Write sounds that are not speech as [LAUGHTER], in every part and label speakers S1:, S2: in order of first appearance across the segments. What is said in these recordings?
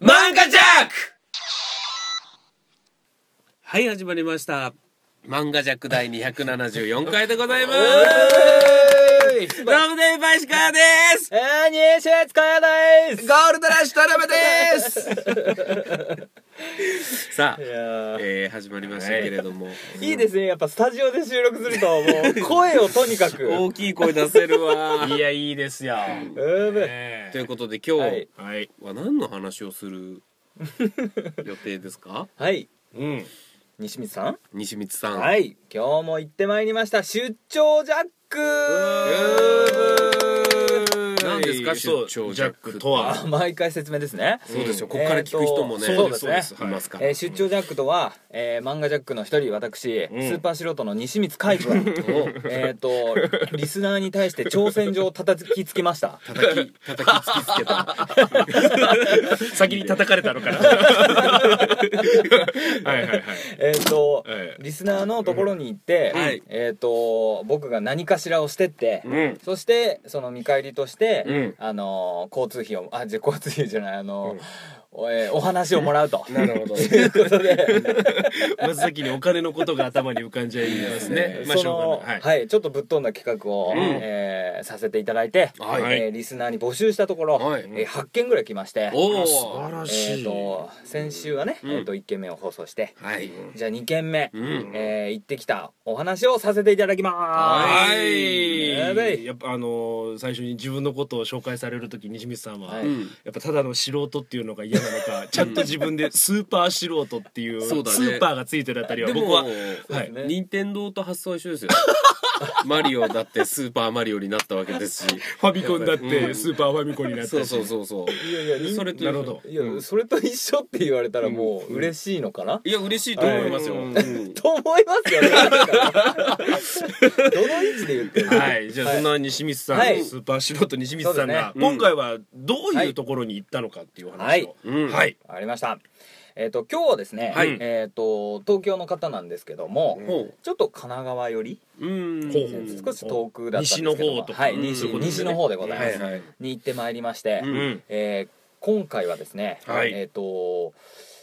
S1: マンガジャック
S2: はい、始まりました。漫画ジャック第274回でございます。
S1: え
S2: どうもね、バイシカーです。
S1: ーにーしーつかやですゴールドラッシュ田辺で
S2: [LAUGHS]
S1: す
S2: さあ
S3: い、やー
S2: えー、始まりましたけれども。
S3: いいですねやっぱスタジオで収録するともう声をとにかく
S2: 大きい声出せるわ。
S1: [LAUGHS] いや、いいですよ。
S3: うぶ
S1: ね
S2: ということで今
S3: は
S2: 日
S3: い
S1: はい。
S2: は何の話をする予定ですか
S3: はい
S1: うん。
S3: 西光さん
S2: 西光さん。
S3: はい今日も行ってまいりました出張ジャック
S2: 何ですか
S1: そう
S2: 出張
S1: ジ
S2: ジャ
S1: ャッ
S2: ック
S1: クとは
S3: あ毎回説明ですね
S2: そうですよ、
S3: ん
S2: ここから聞く人もね、
S1: えーとそうですね
S2: いますから。
S3: えー出張ジャックとは、えー漫画ジャックの一人私、ス
S1: ん
S3: ーパー素人の西光海君えっとリスナーに対して挑戦状を叩きつけました
S2: 叩 [LAUGHS] き、叩きつきつけ [LAUGHS] た。
S1: 先に叩かれ
S2: [LAUGHS]
S1: たのかな。はいはいはい。
S3: [LAUGHS] えっと、
S1: ええ
S3: リスナーのところに行って、
S2: はい
S3: えっと僕が何かしらをしてって、
S2: うん
S3: そしてその見返りとして、
S2: うん
S3: あのー交通費をあじゃ交通費じゃないあのーおえーお話をもらう
S2: [LAUGHS]
S3: と
S2: なるほど。
S3: ということで
S2: [LAUGHS]
S1: まず先にお金のことが頭に浮かんじゃいますね。まあ、
S3: そ
S1: しょ
S3: の
S1: うがな。
S3: はいい、
S1: はい。
S3: ちょっとぶっ飛んだ企画を、
S2: ん
S3: えーさせていただいて、
S2: はい
S3: えーリスナーに募集したところ、
S2: はい
S3: えー8件ぐらい来まして、
S2: おお。
S1: ら
S3: えー、と先週はね、
S2: ん
S3: えー、と1件目を放送して、
S2: はい。
S3: じゃあ2件目、
S2: うん。
S3: えー行ってきたお話をさせていただきます。
S2: は
S3: やばい
S1: やっぱあのー最初に自分のことを紹介される時西光さんは、
S3: はい
S2: うん。
S1: やっぱただの素人っていうのが嫌なの
S2: [LAUGHS]
S1: かちゃんと自分でスーパー素人っていうス
S2: そうだね
S1: ーパーがついてるあたりは
S2: でも
S1: 僕は
S3: そう
S1: は
S3: で
S1: い
S3: すね
S2: 任天堂と発想は一緒 [LAUGHS] ですよマリオだってスーパーマリオになったわけですし
S1: ファミコンだっ
S2: う
S1: て
S2: ん
S1: スーパーファミコンになっ
S2: そ
S1: た
S2: うそう
S1: し
S2: そうそう
S3: いやいやいい
S2: それと一緒
S1: なるほど
S3: いや、それと一緒って言われたらもう嬉しいのかな、 [LAUGHS]
S2: いや嬉しいと思いますよ、
S1: はい
S2: うん
S3: と思いますよね。なんかどの位置で言ってるの
S1: はいじゃあそんな西光さん、
S3: はい
S1: スーパー素人西光さん
S2: で
S3: そう
S1: が、
S2: すね
S1: 今回はどういうところに行ったのかっていう話を
S2: はいうん
S1: はい
S3: ありました。えっ、と今日はですね、
S2: はい
S3: えっ、と東京の方なんですけども、
S2: ほう
S3: ちょっと神奈川寄り、
S2: うん
S1: ほうほう
S3: 少し遠くだったんですけども
S1: 西の方とか
S3: はい、
S2: うん
S3: 西
S2: そういうことです
S3: 西
S2: ね
S3: の方でございます、
S2: はいはい
S3: に行ってまいりまして、
S2: うん
S3: えー今回はですね、
S1: はい
S3: えっ、と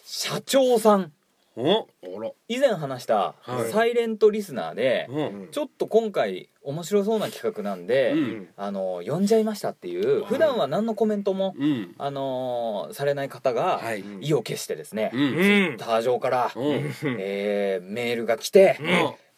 S3: 社長さん
S2: お
S1: あら
S3: 以前話した
S2: はい
S3: サイレントリスナーで、
S2: お
S1: うん
S3: ちょっと今回面白そうな企画なんで、
S2: うん
S3: あの呼んじゃいましたっていう
S1: わあ
S3: 普段は何のコメントも、
S2: うん
S3: あのーされない方が、
S2: はい
S3: 意を決してですね、
S2: う
S1: うんん
S3: ター上から、
S2: おう
S3: えーメールが来て、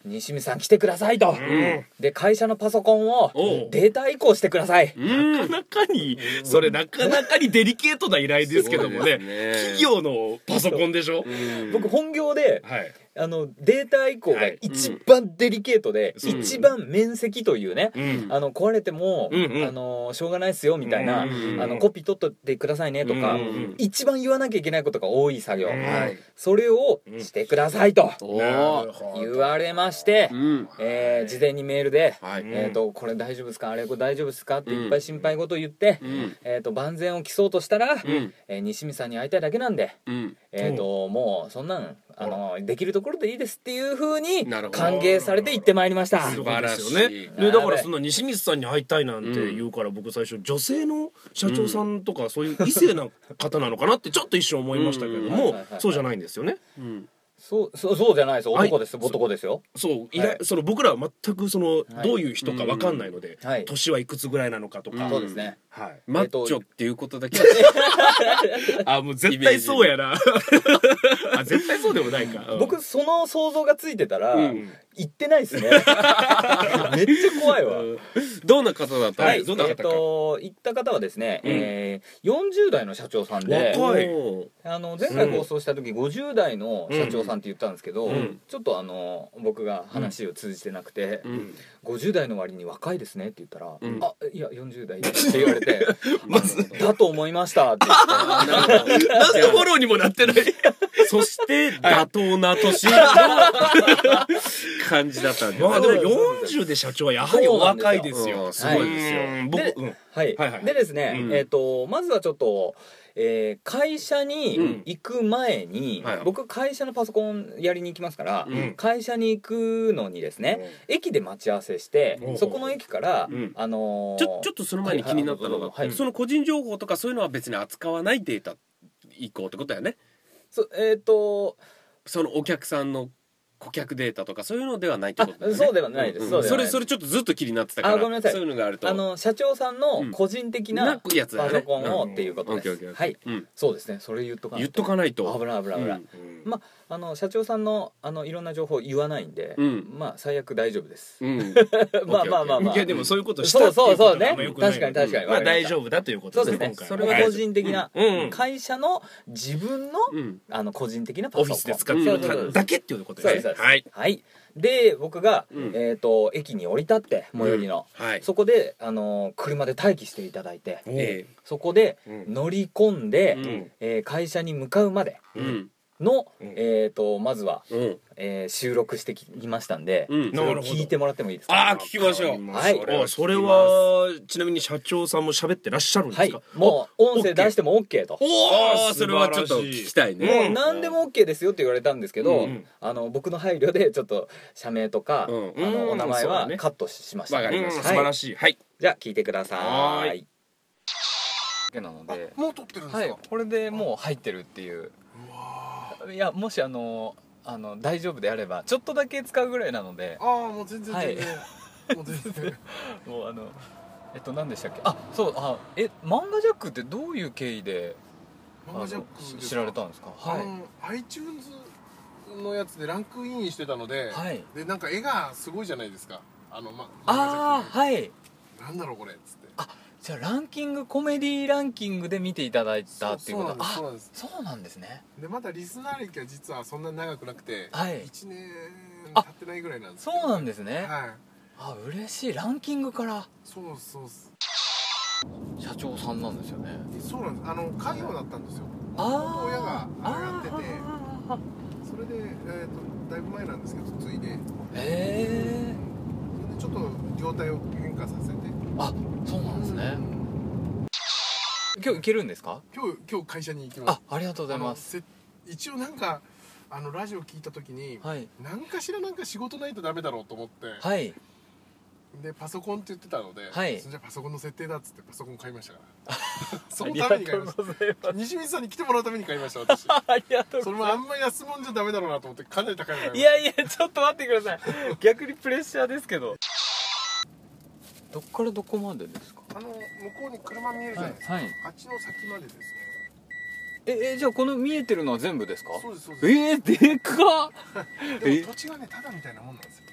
S3: 西見さん来てくださいと、
S1: ん
S3: で会社のパソコンを
S2: おう
S3: データ移行してください。
S2: うん
S1: なかなかにそれなかなかにデリケートな依頼ですけどもね
S2: すごいですね
S1: 企業のパソコンでしょ
S2: うん
S3: 僕本業で
S1: はい
S3: あのデータ移行
S1: は
S3: が
S1: い
S3: 一番デリケートで、
S1: うん
S3: 一番面積というね、
S1: うん
S3: あの壊れても、
S1: うんうん
S3: あのしょうがないですよみたいな、
S1: うんうんうん
S3: あのコピー取っとってくださいねとか、
S1: うんうんうん
S3: 一番言わなきゃいけないことが多い作業、
S1: うん
S2: はい
S3: それをしてくださいと
S2: お
S1: な
S2: う
S1: るほど
S3: 言われまして、
S2: うん
S3: えー事前にメールで、
S2: はい
S3: えー、とこれ大丈夫ですかあれこれ大丈夫ですかっていっぱい心配事を言って、
S2: うん
S3: えー、と万全を期そうとしたら、
S2: ん
S3: えー西見さんに会いたいだけなんで。
S2: うん
S3: えー、ともうそんなんあのできるところでいいですっていうふうに
S2: なるほど
S3: 歓迎されて行ってまいりました
S1: すごいですよ
S2: 素晴
S1: ね
S2: らしい
S1: でだからそんな西光さんに会いたいなんて言うから、僕最初女性の社長さんとかそういう異性な方なのかなってちょっと一瞬思いましたけれ
S3: う
S1: ど
S3: ん
S1: も、
S3: はいはいはい
S1: そうじゃないんですよね。
S2: うん
S3: そうそうそうじゃないです
S1: はい
S3: 男です、男ですよ
S1: そう依頼その僕らは全くその、
S3: はい
S1: どういう人かわかんないので、
S3: はい
S1: 年はいくつぐらいなのかとか、
S2: ん
S3: そうですね
S1: はい、
S2: マッチョっていうことだけは
S1: あもう絶対そうやなあ絶対そうでもないか、う
S3: [LAUGHS]
S1: ん
S3: 僕その想像がついてたら、
S2: うん
S3: 行ってない
S2: [LAUGHS]
S3: ですねめっちゃ怖いわ、
S2: どんな方だった
S3: はい、えっ、
S2: どんな方か
S3: と行った方はですね、えー、40代の社長さんで
S1: 若い
S2: おう
S3: あの前回放送した時50代の社長さんって言ったんですけど、
S2: うん
S3: ちょっとあの僕が話を通じてなくて、
S2: うん
S3: 50代の割に若いですねって言ったら「
S2: うん
S3: あいや40代です」って言われ
S2: [LAUGHS]
S3: て
S1: まず
S3: 「だと思いました」って言って
S2: なるほど
S1: 何のフォローにもなってない
S2: そして妥当な年の感じだったんで
S1: まあでも
S3: そうです
S1: 40で社長はやはりお若いですよ
S2: そうなんですよ
S1: うん
S3: はい
S1: 僕、うん
S3: はい、
S1: はいはい
S3: でですね、
S1: うん
S3: えっ、とまずはちょっと、えー会社に行く前に、
S2: うんはい
S3: 僕会社のパソコンやりに行きますから、
S2: うん
S3: 会社に行くのにですね、駅で待ち合わせして、
S1: うん
S3: そこの駅から、
S2: うん
S3: あのー
S2: ちょちょっとその前に気になったのが、
S3: はい
S2: その個人情報とかそういうのは別に扱わないデータ以降ってことやね
S3: そえっ、と
S2: そのお客さんの顧客データとかそういうのではないってことだよね
S3: そうではないです、
S2: うん
S3: そうでは
S2: そ
S3: な
S2: れ
S3: いです
S2: それちょっとずっと気になってたから
S3: あごめんなさい
S2: そういうのがあると
S3: あの社長さんの個人的な
S2: うんなやつだ
S3: パ
S2: ね
S3: ソコンを
S1: うん
S3: っていうことで
S2: オッケー
S3: す
S2: オッケーオッケー
S3: はい
S2: うん
S3: そうですねそれ言っとかない
S2: 言っとかないと
S3: 危ない危ない危ない、
S1: うん
S3: まあの社長さんのあのいろんな情報言わないんで、
S2: うん
S3: まあ最悪大丈夫です
S2: うんうん
S3: まあまあまあまあ
S1: いやでもそういうことしたってい
S3: そう
S1: うこ
S3: そうそ
S1: と
S3: う
S1: があ
S3: ね
S1: んま良くない
S3: 確かに確かに、
S1: まあ大
S3: 夫
S1: 丈夫だというこ
S3: そ
S1: と
S3: うです
S1: ですね
S3: ね
S1: 今回
S3: それは個人的な
S1: うんうん
S3: 会社の自分の
S2: うん
S3: あの個人的なパソコ
S1: オフ
S3: ン
S1: ィスで使ってる
S3: そうそうそう
S1: だけっていうことで
S3: そ
S1: す
S3: う
S1: ね
S3: です
S1: はい
S3: はいで僕が、
S2: うん
S3: えっ、と駅に降り立って最寄りの、
S2: はい
S3: そこで、あのー車で待機していただいて
S2: え
S3: そこで
S1: うん
S3: 乗り込ん
S2: え
S3: で、
S2: うん
S3: えー会社に向かうまで
S2: うん
S3: の、
S1: うん
S3: えー、とまずは、
S2: うん
S3: えー収録してきましたんで、
S2: うん
S1: な
S3: それを
S1: るほど
S3: 聞いてもらってもいいですか
S2: ああ聞きましょう
S3: はい
S2: それ
S1: あ
S2: は
S1: それはちなみに社長さんも喋ってらっしゃるんで
S3: は
S1: す
S3: い
S1: か
S3: もう音声
S1: OK
S3: 出しても OK と。
S2: お
S1: あー
S2: おそれはちょっと聞きたい
S1: 素晴らし
S2: ね
S1: い
S3: もう何でも OK ですよって言われたんですけど、
S2: うん
S3: あの僕の配慮でちょっと社名とか、
S2: うん
S3: あの
S1: うん
S3: お名前
S1: そうだ
S3: は
S1: ね
S3: カットしました、
S2: わかりました
S1: 素晴らしいはい
S3: じゃあ聞いてください
S1: はー
S4: なので、
S5: もう撮ってるんですか、
S4: はい、これでもう入ってるっていういやもしあのあの大丈夫であればちょっとだけ使うぐらいなので
S5: ああもう全然全然、もう全然
S3: [LAUGHS]
S4: もうあのえっと何でしたっけあそうあえ漫画ジャックってどういう経緯であ
S5: マ
S4: の
S5: マジャックですか
S4: し知られたんですかはい
S5: あの iTunes のやつでランクインしてたので、
S4: はい
S5: でなんか絵がすごいじゃないですかあのま
S4: ああ
S5: い
S4: はい
S5: なんだろうこれっつって
S4: じゃあランキングコメディランキングで見ていただいたっていうこと
S5: そうそ
S4: あ
S5: うなんです
S4: そうなんですね
S5: でまだリスナー歴は実はそんなに長くなくて、
S4: はい
S5: 1年経
S4: あ
S5: ってないぐらいなんです
S4: そうなん
S5: で
S4: ですね
S5: はい
S4: あ嬉しいランキングから
S5: そうそうそう
S4: 社長さんなんですよね
S5: そうなんですあの家業だったんですよ
S4: ああ
S5: 親があれやってて
S4: あー
S5: それで、えー、とだいぶ前なんですけどついで
S4: へえ
S5: それでちょっと状態を変化させて
S4: あそうなんですね
S5: うん
S4: 今日行けるんですか
S5: 今日今日会社に行きます
S4: あありがとうございます
S5: あのせ一応なんかあのラジオ聞いた時に、
S4: はい
S5: 何かしらなんか仕事ないとダメだろうと思って、
S4: はい
S5: でパソコンって言ってたので、
S4: はい
S5: それじゃあパソコンの設定だっつってパソコン買いましたから
S4: [LAUGHS]
S5: そのために買いました
S4: ざいま
S5: 西水さんに来てもらうために買いました
S4: [LAUGHS]
S5: 私
S4: ありがとう
S5: それもあんま安物じゃダメだろうなと思ってかなり高いの買ました
S4: いやいやちょっと待ってくだ
S5: [LAUGHS]
S4: さい逆にプレッシャーですけどどっからどこまでですか
S5: あの向こうに車見えるじゃないですか、
S4: はい
S5: あっちの先までですね
S4: ええじゃあこの見えてるのは全部ですか
S5: そうですそうです
S4: えー、でかっ
S5: でも土地がねただみたいなもんなんですよ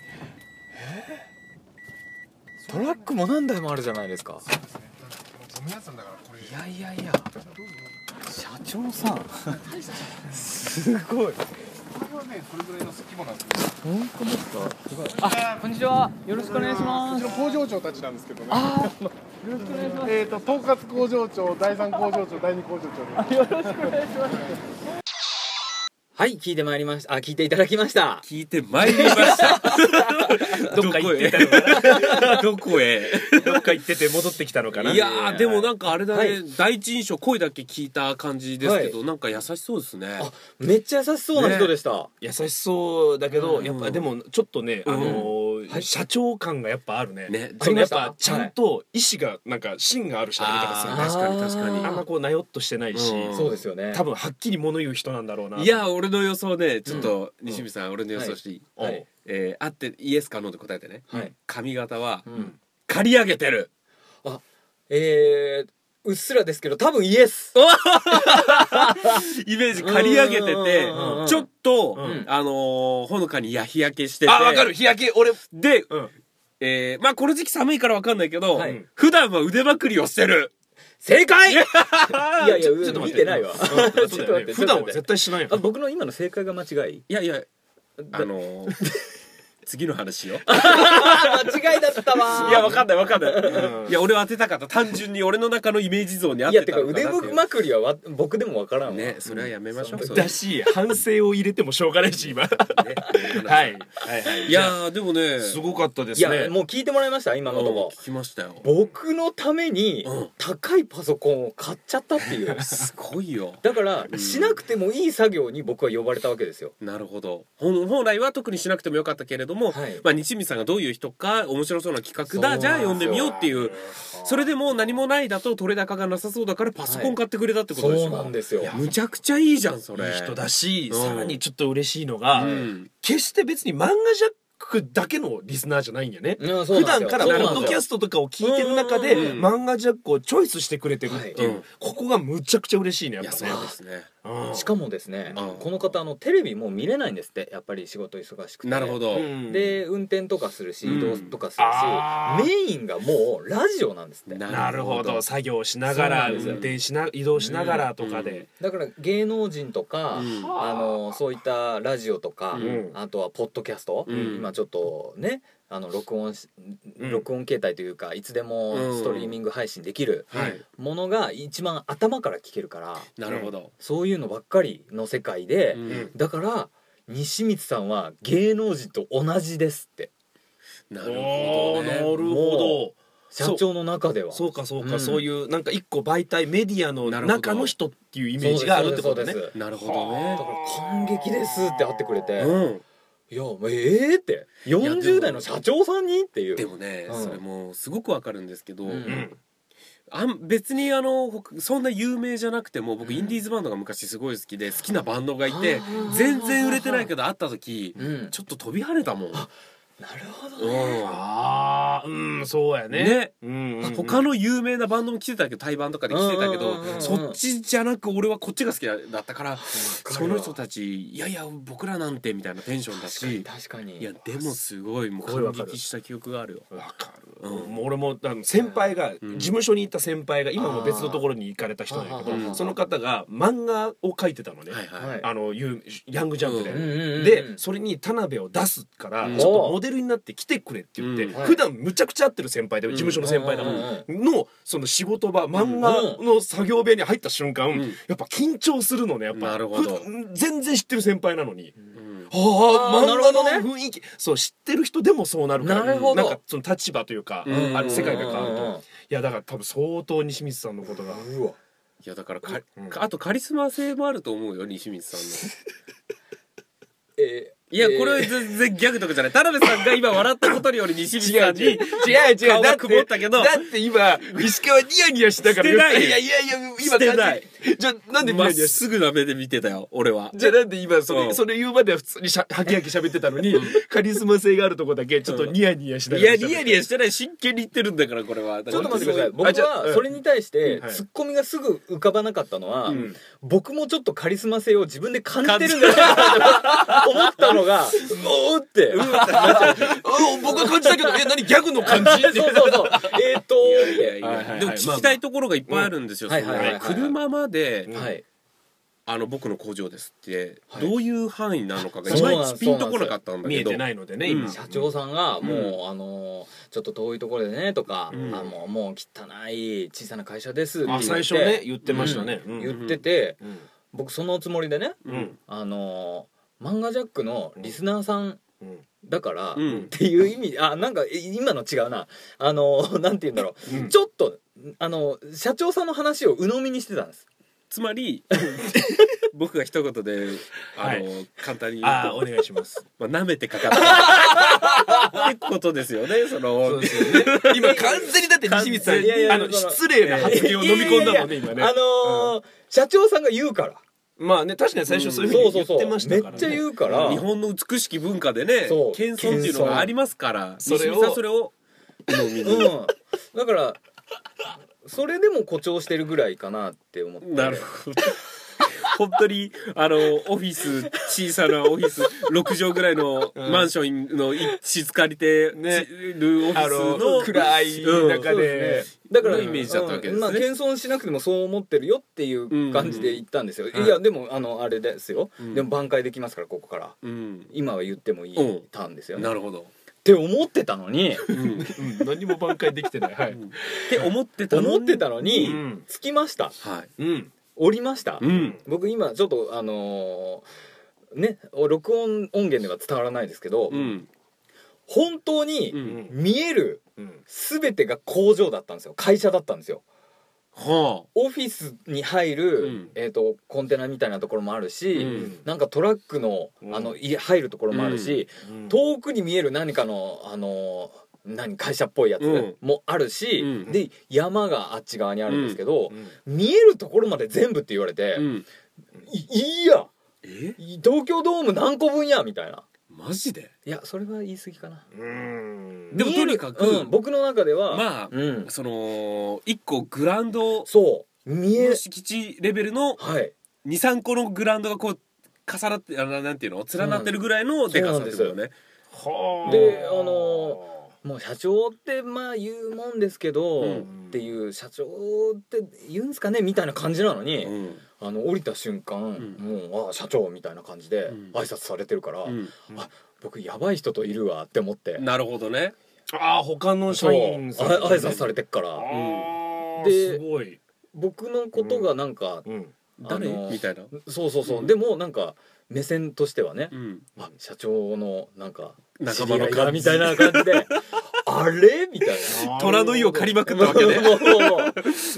S5: え
S4: トラックも何台もあるじゃないですか
S5: そうですねだってもうゴミ屋さんだからこれ
S4: いやいやいや社長さん
S5: 大した
S4: すごい
S5: これはねこれぐらいの規模なんです
S4: 本当ですかあこんにちはよろしくお願いしま
S5: う
S4: す
S5: ちの工場長たちなんですけどね
S4: あーよろしくお願いします
S5: えーと統括工場長第三工場長第二工場長です
S3: はい聞いてまいりましたあ聞いていただきました
S2: 聞いてまいりました
S1: [LAUGHS] どっか行ってたの
S2: [LAUGHS]
S1: か
S2: どこへ
S1: などっか行ってて戻ってきたのかない
S2: いやーでもなんかあれだね、
S3: はい
S2: 第一印象声だけ聞いた感じですけど、なんか優しそうですね
S3: あめっちゃ優しそうな人でした、
S1: 優しそうだけど、
S2: うん
S1: やっぱでもちょっとね、あのー社長感がやっぱあるね
S2: ね
S1: そのや
S3: あり
S1: っぱ
S3: ました
S1: ちゃんと意志がなんか芯がある人だから
S2: あー
S1: さ
S2: 確かに確かに
S1: あんまこうなよっとしてないし、
S2: うん
S3: そうですよね
S1: 多分はっきり物言う人なんだろうないい
S2: や俺の予想でちょっと西見さん、俺の予想していい、
S1: お
S3: はい
S2: えー、あってイエスかノーで答えてね、
S3: はい
S2: 髪型は
S3: うん
S2: 刈り上げてる
S3: えー、うっすらですけど多分イエス
S2: イメージ刈り上げて
S3: うん
S2: て
S3: うん
S2: ちょっと、
S1: うん
S2: あのーほのかにや日焼けしてて
S1: あわかる日焼け俺
S2: で、
S1: うん
S2: えー、まあこの時期寒いからわかんないけど、
S3: はい
S2: 普段は腕まくりをしてる
S3: 正解いやいや
S1: ち [LAUGHS] ょちょっと待
S3: 見
S1: って
S3: てないわ [LAUGHS] ちょっと
S1: そ
S3: 待
S1: うだよ
S3: っ
S1: ね
S3: て
S1: 普段は絶
S3: 対
S1: 対しないよ
S3: あ僕の今の正解が間違い
S2: いやいやあのー次の話よ
S3: あ間違いだったわ
S2: いやわかんないわかんない、
S1: うん
S2: いや俺は当てたかった単純に俺の中のイメージ像に合っ
S3: いや
S2: て
S3: て
S2: た
S3: か
S2: のかな
S3: 腕
S2: っていう
S3: まくりはわ僕でもわからんわ、
S2: ねそれはやめましょう、そういう
S1: だし反省を入れてもしょうがないし今は
S2: ね
S1: いはい
S2: いやーでもね
S1: すごかったで
S3: い
S1: す
S3: や、
S1: ね
S3: もう聞いてもらいました今のとこ
S2: 聞きましたよ
S3: 僕のために
S2: うん
S3: 高いパソコンを買っちゃったっ
S2: [LAUGHS]
S3: ていう
S2: すごいよ
S3: だからしなくてもいい作業に僕は呼ばれたわけですよ
S2: なるほどほん本来は特にしなくてもよかったけれども、はいまあ、西見さんがどういう人か面白そうな企画
S3: そうな
S2: だ
S3: んです
S2: じゃあ
S3: よ
S2: 読んでみようっていうそれでもう何もないだと取れ高がなさそうだからパソコン買ってくれたってことでし
S3: そ
S2: ょ、
S3: うなんですよ
S2: いやむちゃくちゃいいじゃんそれ
S1: いい人だし、
S2: うん
S1: さらにちょっと嬉しいのが、
S2: うん
S1: 決して別に漫画ジャックだけのリスナーじゃないんやね。
S3: うんそう
S1: 普
S3: なん
S1: 段
S3: ですよ
S1: からポ
S3: そう
S1: ッ
S3: なん
S1: ド
S3: です
S1: キ
S3: よ
S1: ャストとかを聞いてる中で、
S2: うん
S1: 漫画ジャックをチョイスしてくれてるっていう、
S2: はい
S1: ここがむちゃくちゃ嬉しいねやっ
S2: い
S1: ぱ
S2: や
S1: ね
S2: そうですね
S1: うん
S3: しかもですね、
S2: うん
S3: この方あのテレビもう見れないんですってやっぱり仕事忙しくて
S2: なるほど、
S1: うん
S3: で運転とかするし
S2: うん
S3: 移動とかす
S1: あー
S3: るし、メインがもうラジオなんですって
S2: な
S1: なるほど作業しなが
S3: そ
S1: ら
S3: うなんです
S1: 運
S3: よ
S1: 転しな移動しながらとかで、
S3: だから芸能人とか、
S2: うん
S3: あのそういったラジオとか、
S2: うん
S3: あとはポッドキャスト、
S2: うん
S3: 今ちょっとねあの録音し
S1: うん
S3: 録音形態というかいつでも
S2: うん
S3: ストリーミング配信できる
S2: はい
S3: ものが一番頭から聞けるから
S2: なるほど、
S3: そういうのばっかりの世界で、
S2: うん
S3: だから西光さんは芸能人と同じですって
S2: な
S1: お
S2: るほど
S1: おーなる
S2: ね
S1: ほ
S3: 社長の中で
S1: ど
S3: は
S1: そうかそうか、
S3: うん
S1: そういうなんか一個媒体メディアの
S2: なるほど
S1: 中の人っていうイメージがあるってこと
S3: そ
S1: ね
S3: うですそうです
S2: なるほど
S3: だ
S2: ね
S3: から感激ですって会ってくれて、
S2: うん
S3: いやもうええって
S2: でも
S3: 40代の社長さんにっていう
S2: でもね、
S3: うん
S2: それもすごくわかるんですけど、
S3: うん
S1: うん
S2: あん別にあのほそんな有名じゃなくても僕インディーズバンドが昔すごい好きで好きなバンドがいて全然売れてないけど会った時
S3: うん
S2: ちょっと飛び跳ねたもん。
S3: なるほど
S2: う
S3: ね
S2: ん
S1: ああうんそうやね
S2: ね
S1: うんうんうん
S2: 他の有名なバンドも来てたけど対バンとかで来てたけ
S3: うんうんうんう
S2: ど
S3: ん
S2: そっちじゃなく俺はこっちが好きだったから
S3: わ
S2: その人たちいやいや僕らなんてみたいなテンションだし
S3: 確かに
S2: いやでもすごいもう
S1: すごいわ
S2: 感
S1: かる
S2: 激した記憶があるよ。
S1: わか
S2: う
S1: る、
S2: ん
S1: もう俺もあの先輩が、
S2: うん
S1: 事務所に行った先輩が今も別のところに行かれた人なんやけ
S2: あー
S1: ど、
S2: うん
S1: その方が漫画を描いてたのね、
S2: はいはい
S3: はい
S1: あのゆヤングジャンプで。
S2: う
S3: うんうんうんうん
S1: でそれに田辺を出すから、
S2: うん
S1: ちょっとモデルになって来てくれって言って、
S2: うん
S3: はい
S1: 普段むちゃくちゃ会ってる先輩で
S2: うん
S1: 事務所の先輩だもん、
S3: うんうん
S1: のその仕事場漫画の作業部屋に入った瞬間、
S2: ん
S1: やっぱ緊張するのねやっぱ
S2: なるほど
S1: 普段全然知ってる先輩なのに、
S2: うん
S1: ああ
S3: あーなるほどね
S1: 漫画の雰囲気そう知ってる人でもそうなるから
S3: なるほど
S1: んかその立場というか、
S2: うん
S1: あの世界が変わると、
S3: うんうん
S1: いやだから多分相当西光さんのことが、
S3: うわ
S2: いやだからか
S1: うん
S2: あとカリスマ性もあると思うよ西光さんの。
S3: えー
S2: いや、これは
S3: えー
S2: 全然ギャグとかじゃない。田辺さんが今笑ったことにより西光さんに
S1: 違う違
S2: 顔が曇ったけど、
S1: だって今石川ニヤニヤしなが
S2: し
S1: ら
S2: てない
S1: いやいやいや今
S2: してない
S1: じゃあなんでニ
S2: ま
S1: ヤ
S2: っ
S1: ニヤし
S2: すぐな目で見てたよ、俺は。
S1: じゃあなんで今それ,、
S2: うん
S1: それ言うまでは普通にしゃはきはき喋ってたのに、カリスマ性があるとこだけちょっとニヤニヤしないがら
S2: や、
S1: 喋ってた
S2: ニヤニヤしてない。真剣に言ってるんだから、これは。
S3: ちょっと待ってください
S1: あ
S3: 僕
S1: じゃあうん
S3: はそれに対して
S1: はい
S3: ツッコミがすぐ浮かばなかったのは、
S1: うん
S3: 僕もちょっとカリスマ性を自分で感じてるんだなと思ったのがおーって、
S1: あ僕は感じたけどえ何ギャグの感じ
S3: [LAUGHS] そうそうそうえーっと
S2: いやいやい
S1: はいはいは
S2: や。
S1: い
S2: でも聞きたいところがいっぱいあるんですよ。
S3: うん
S2: その
S3: はいはいはいはい
S2: 車まで、
S1: うん
S3: はい
S2: あの、僕の工場ですって、
S3: はい
S2: どういう範囲なのかが、
S3: あ
S2: いま
S3: そう
S2: い
S3: なん
S2: ちピンとこなかったんだ
S1: 見
S2: け
S1: え
S2: ど。
S1: てないのでね、
S2: うん
S1: 今
S3: 社長さんがもう、
S2: う
S3: あのーちょっと遠いところでねとか、
S2: うん
S3: あのもう汚い小さな会社ですって言
S1: あ
S3: って
S1: 最初ね言ってましたね、うん
S3: 言ってて、
S1: うん
S3: 僕そのつもりでね
S2: うん。
S3: あのー漫画ジャックのリスナーさん
S1: うん
S3: だから、
S2: う
S3: っ
S2: ん。
S3: ていう意味あなんかえ今の違うなあのー [LAUGHS] なんて言うんだろう、
S1: うん
S3: ちょっとあの社長さんの話を鵜呑みにしてたんです
S2: つまり、僕が一言で、あの、簡単に言う
S1: あ
S2: と
S1: あお願いし [LAUGHS] ます。
S2: まあ、舐めてかかった。ってことですよね、その。
S1: 今完全にだって西光さん
S3: 完全いやいや
S1: あの
S3: その
S1: 失礼な発言を飲み込んだもんね
S3: いやいやいや
S1: 今ね。
S3: あのー社長さんが言うから
S1: まあね確かに最初そういうふ
S3: そうそう
S1: うに言
S3: そ
S1: って
S3: うめ
S1: ま
S3: っ
S1: したからね。
S3: ちゃ言うから
S2: 日本の美しき文化でね
S3: そう
S2: 謙遜っていうのがありますから
S1: 謙遜
S2: 西見さんそれを
S3: うん、だからそれでも誇張してるぐらいかなって思って
S2: なるほど本当にあのオフィス小さなオフィス6畳ぐらいの
S1: うん
S2: マンションの一室借りて
S1: ね
S2: るオフ
S1: あ
S2: ィス
S1: の
S2: の
S1: 暗い中で、
S3: だから
S2: のイメージだったわけですね
S3: うんまあ、謙遜しなくてもそう思ってるよっていう感じで言ったんですよ、
S2: うん
S3: いやでもあのあれですよ、
S2: うん
S3: でも挽回できますからここから
S2: うん
S3: 今は言ってもい
S2: うん
S3: いたんですよね
S2: な
S3: っ
S2: るほど、
S3: て思ってた
S2: [LAUGHS]
S3: のに
S2: うん、っ
S1: うん何も挽回できてない。はい。
S2: て思ってたのに
S3: 思ってたのに、
S1: うん
S3: 着きました
S2: はい
S1: うん。
S3: 降りました、
S2: うん
S3: 僕今ちょっとあのーね録音音源では伝わらないですけど、
S2: うん
S3: 本当に
S2: う
S1: うんん
S3: 見える
S1: うん。
S3: 全てが工場だったんですよ会社だったんですよ
S2: は
S3: オフィスに入る、
S2: うん
S3: えー、とコンテナみたいなところもある
S2: あ、
S3: し、
S2: うん
S3: なんかトラックの
S1: うん
S3: あのい入るところもあるし、
S1: うん
S3: 遠くに見える何かのあの何会社っぽいや
S2: うん
S3: つもあるし、
S2: うん
S3: で山があっち側にあるんですけど、
S1: うん
S3: 見えるところまで全部って言われて、
S2: うん、
S3: いいいや
S2: え
S3: い東京ドーム何個分やみたいな
S2: マジで
S3: いやそれは言い過ぎかな
S1: うん
S2: でも
S3: 見える
S2: とにかく
S3: うん、僕の中では
S2: まあ
S3: うん、
S2: その一個グラウンド
S3: そう見え
S2: の敷地レベルの
S3: はい
S2: 23個のグラウンドがこう重なってあのなんていうの連なってるぐらいのでかさってことね、
S1: はあ
S3: であのもう社長ってまあ言うもんですけど、
S2: うん
S3: っていう社長って言うんすかねみたいな感じなのに、
S2: うん
S3: あの降りた瞬間、
S2: ん
S3: もうあ社長みたいな感じで
S2: うん
S3: 挨拶されてるから、
S2: うん
S3: 僕やばい人といるわって思って、
S2: なるほどね
S1: ああ他の
S3: そ
S1: 社
S3: う
S1: 員さん
S3: あ挨拶されてっか
S1: あ
S3: ら
S1: ー
S3: うん
S1: すごい
S3: 僕のことがなんか、
S1: うん
S2: 誰、
S3: あのー
S2: みたいな、
S3: そうそうそう、
S2: うん
S3: でもなんか目線としてはね、
S2: うん、
S3: あ社長のなんか
S2: 仲間の
S3: 知り合いだ
S2: 感じ
S3: みたいな感じで
S2: [LAUGHS]
S3: あれみたい
S2: 虎の意を借りまくったわけね、
S3: な
S1: [LAUGHS]
S3: もうもうも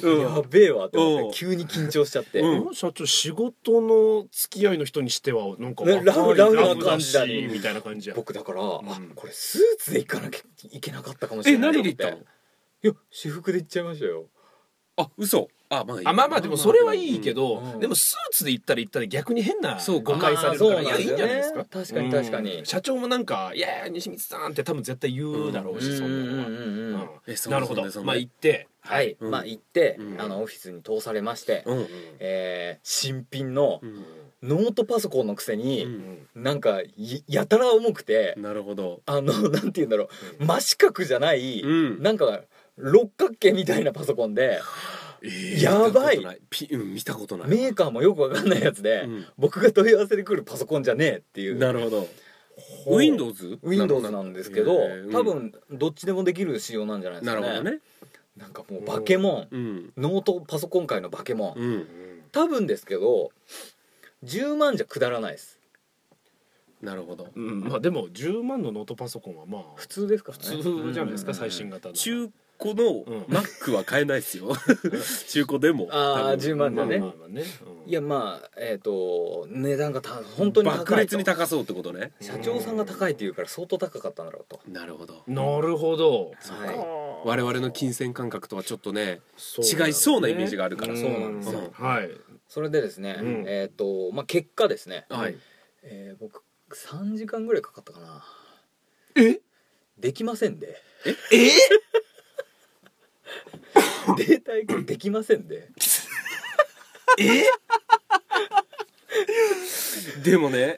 S3: う [LAUGHS]
S2: うん
S3: やべえわって思
S2: うん
S3: って急に緊張しちゃって、
S2: う
S1: うん社長仕事の付き合いの人にしてはなんか
S3: ねラフ
S1: 若い
S3: ラフな
S1: ラフだし
S3: 感じだね
S1: みたいな感じや
S3: 僕だから、
S1: ん
S3: あこれスーツで行かなきゃいけなかったかもしれ
S2: え
S3: ない
S2: 何で行ったの
S3: と思ていや私服で行っちゃいましたよ
S2: あ嘘あまあいい
S1: あまあまあでもそれはいいけど、
S3: うんうん
S1: でもスーツで行ったら行ったら逆に変な
S2: そう
S1: 誤解されるか
S3: ま
S1: ら
S3: あ
S1: い
S3: そうな
S1: や
S3: ん
S1: いいん
S3: だ
S1: じ
S3: よ
S1: ゃない
S3: ね
S1: ですか
S3: 確かに確かに、
S1: 社長もなんか「いやいや西光さん」って多分絶対言うだろうし、そんなのは、
S3: うんうんうんうん
S2: えそう
S1: なるほど、
S2: そうね
S1: まあ行って
S3: はい、
S2: うん
S3: まあ行って、
S2: うん
S3: あのオフィスに通されまして、
S2: うん
S3: えー新品の
S2: うん
S3: ノートパソコンのくせ
S2: う
S3: に、
S2: ん
S3: なんかいやたら重くて、
S2: なるほど
S3: あの [LAUGHS] なんて言うんだろう真四角じゃない、
S2: うん
S3: なんか六角形みたいなパソコンでやばい
S2: 見たことなピうん見たことない
S3: メーカーもよくわかんないやつで、
S2: う
S3: 僕が問い合わせで来るパソコンじゃねえってい
S2: ん
S3: う
S2: なるほど
S3: ほう
S2: Windows
S3: Windows なんですけど、
S2: へーうん
S3: 多分どっちでもできる仕様なんじゃないです
S2: な
S3: か
S2: る
S3: ね
S2: ほどね
S3: なんかもうバケモン、
S2: うん
S3: ノートパソコン界のバケモン、
S2: うん
S3: 多分ですけど10万じゃくだらないです
S2: なるほど
S1: うんまあでも10万のノートパソコンはまあ
S3: 普通ですからね
S1: 普通じゃないですか、
S3: うん
S1: 最新型の
S2: 中古の
S1: うん
S2: Mac は買えないです
S3: [LAUGHS]
S2: よ中古でも
S3: ああ
S2: 多分
S3: 10万
S1: ま
S3: で
S1: あ
S3: ね、
S1: まあまあね、うん
S3: いやまあえっ、と値段がた本当に
S2: 爆
S3: 高い
S2: 裂
S3: と
S2: に高そうってことね
S3: 社長さんが高いって言うから相当高かったんだろうと、
S2: なるほど
S1: なるほど
S3: はい
S2: 我々の金銭感覚とはちょっとね
S1: そ
S2: 違いそうなイメージがあるから
S3: そうなんです
S2: よ
S1: はい
S3: それでですね、
S1: うん
S3: えっ、とまあ結果ですね、
S2: はい
S3: えー僕3時間ぐらいかかったかな
S1: え
S3: できませんで
S1: え
S3: [LAUGHS] データ移行できませんで
S2: でもね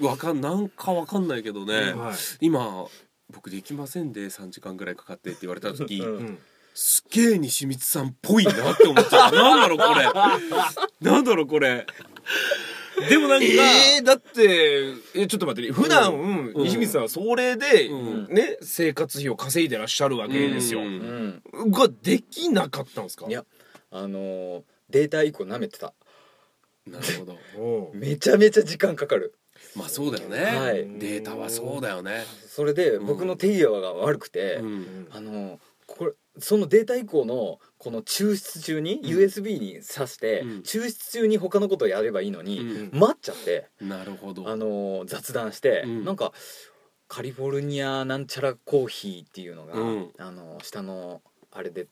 S2: わかんなんかわかんないけどね
S1: はい
S2: 今僕できませんで3時間ぐらいかかってって言われた時
S3: うん
S1: うん
S2: すげえ西光さんっぽいなって思っちゃったなんだろうこれなんだろうこれでもなんか、
S1: えー、だってえちょっと待って普段、
S2: うん
S1: 西光さんはそれで、
S2: うん
S1: ね生活費を稼いでらっしゃるわけですよ、
S2: うん
S3: うん
S1: ができなかったんですか
S3: いやあのーデータ移行舐めてた
S2: なるほど
S1: おう
S3: めちゃめちゃ時間かかる
S2: まあそうだよね、
S3: はい
S2: データはそうだよね、
S3: それで
S2: ん
S3: 僕の手際が悪くて、
S2: うん
S3: あのーこれそのデータ移行のこの抽出中に、USB に挿して、
S2: うん
S3: 抽出中に他のことをやればいいのに、
S2: うん
S3: 待っちゃって、
S2: なるほど
S3: あのー雑談して、
S2: うん
S3: なんかカリフォルニアなんちゃらコーヒーっていうのが、
S2: うん
S3: あのー下のあれで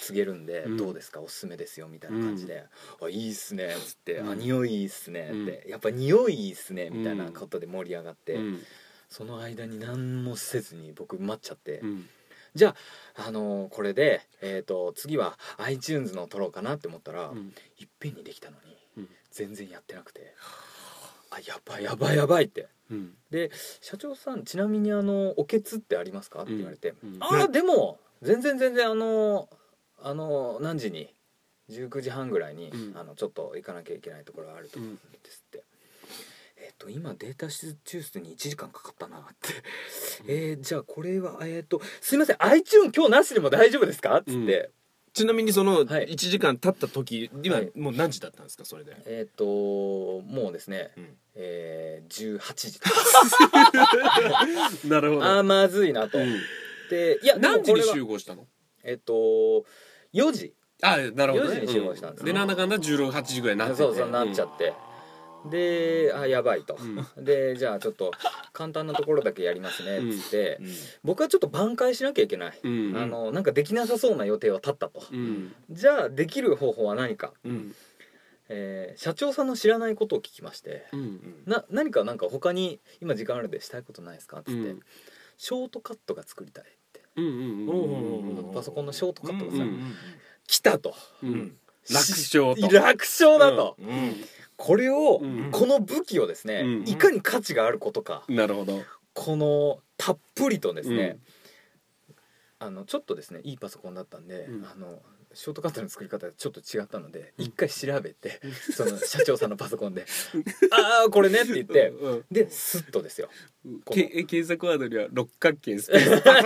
S3: 告げるんで、
S2: うん
S3: どうですかおすすめですよみたいな感じで「あいいっすね」っつって「
S2: うん
S3: あ匂いいいっすね」って、やっぱ匂いいいっすね」みたいなことで盛り上がって、
S2: うん
S3: その間に何もせずに僕待っちゃって、
S2: うん
S3: じゃあ、あのーこれで、えー、と次は iTunes の撮ろうかなって思ったら、
S2: うん
S3: いっぺんにできたのに、
S2: うん
S3: 全然やってなくてあやばいやばいやばいって
S2: うん
S3: 社長さんちなみにあのおけつってありますかって言われて、
S2: うん
S3: ああでも全然全然あのあの何時に19時半ぐらいに、
S2: うん
S3: あのちょっと行かなきゃいけないところがあると思うんですって、えっ、と今データ抽出に1時間かかったなってえー、じゃあこれはえっ、とすいません iTune 今日なしでも大丈夫ですかっつって、
S2: うん
S1: ちなみにその
S3: はい
S1: 1時間経った時には
S3: はい
S1: もう何時だったんですかそれで
S3: えっ、ともうですね、
S1: うん
S3: えー、18時
S2: なるほ
S3: あ
S2: ど
S3: ー、まずいなと、
S2: うん
S3: でいやでも
S2: 何時
S3: こ
S2: に
S3: れは
S2: 集合したの
S3: えっ、と4時
S2: あなるほど、ね、
S3: 4時に集合したんですよ
S2: でなんだかんだ16時ぐらいになってて
S3: そうそうなっちゃって、であやばいと、でじゃあちょっと簡単なところだけやりますねっつって、僕はちょっと挽回しなきゃいけない、
S2: うんうん
S3: あのなんかできなさそうな予定は立ったと、
S2: うん
S3: じゃあできる方法は何か、
S2: うん
S3: えー社長さんの知らないことを聞きまして
S2: うん
S3: な何かなんか他に今時間あるんでしたいことないですかっつって、
S2: うん
S3: ショートカットが作りたいって、
S2: うんうんうんうんうん
S1: うん
S3: パソコンのショートカットがさ、
S2: うん
S3: 来たと
S2: うん楽勝と
S3: 楽勝だと、
S1: うん
S3: これを、
S2: うん
S3: この武器をですね、
S2: うん
S3: いかに価値があることか
S2: なるほど
S3: このたっぷりとですね、あのちょっとですねいいパソコンだったんで、
S2: うん
S3: あのショートカットの作り方がちょっと違ったので一回調べ
S2: [LAUGHS]
S3: て、その社長さんのパソコンで [LAUGHS] 「ああこれね」って言って
S2: うん
S3: でスッとですよ。
S2: うん
S3: この
S2: け検索ワードには六角形スペースパ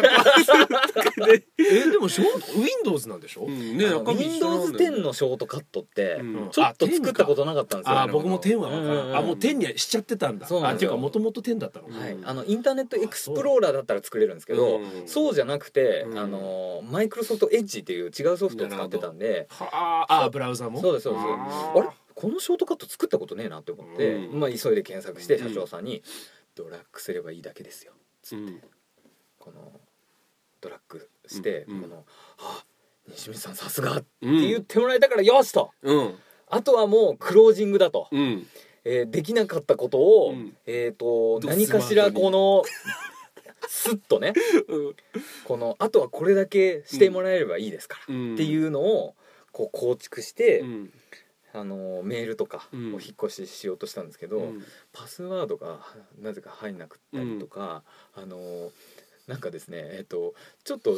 S2: ソコンで
S1: えでもショート Windows なんでしょ、
S2: [LAUGHS] うん
S3: あ
S2: ね
S3: の
S2: 中身一緒なん
S3: Windows
S2: だよ
S3: 10のショートカットって
S2: うん
S3: ちょっと作ったことなかったんですよ。
S1: あー僕も10は分か
S3: う
S1: ら、
S3: んうんんうん
S1: あもう10にはしちゃってたんだ
S3: そうなん
S1: あ
S3: で
S1: っ
S3: す
S1: てい
S3: よ
S1: うかもともと10だったの、
S3: はい
S2: うん
S3: あのインターネットエクスプローラーだったら作れるんですけど、
S2: うん
S3: そうじゃなくて、
S2: うん
S3: あのマイクロソフトエッジっていう違うソフトを使ってたんで
S1: はああブラウザも
S3: そうですそうです
S1: あ
S3: あ
S1: ー
S3: れこのショートカット作ったことねえなって思って、
S2: うん
S3: まあ、急いで検索して社長さんに「ドラッグすればいいだけですよ
S2: うん」
S3: このドラッグして、
S2: うん
S3: この「あ西水さんさすが!」って
S2: うん
S3: 言ってもらえたからよしと
S2: うん
S3: あとはもうクロージングだと、
S2: うん
S3: えーできなかったことを、
S2: うん
S3: えー、
S2: ど
S3: と
S2: う
S3: 何かし
S2: ス
S3: ら
S2: マートに
S3: このスッとねこのあとはこれだけしてもらえればいいですから、
S2: うん
S3: っていうのをこう構築して、
S2: うん
S3: あのメールとか
S2: う
S3: を
S2: ん
S3: 引っ越ししようとしたんですけど、
S2: うん
S3: パスワードがなぜか入んなくったりとか、あのなんかですねえっ、とちょっと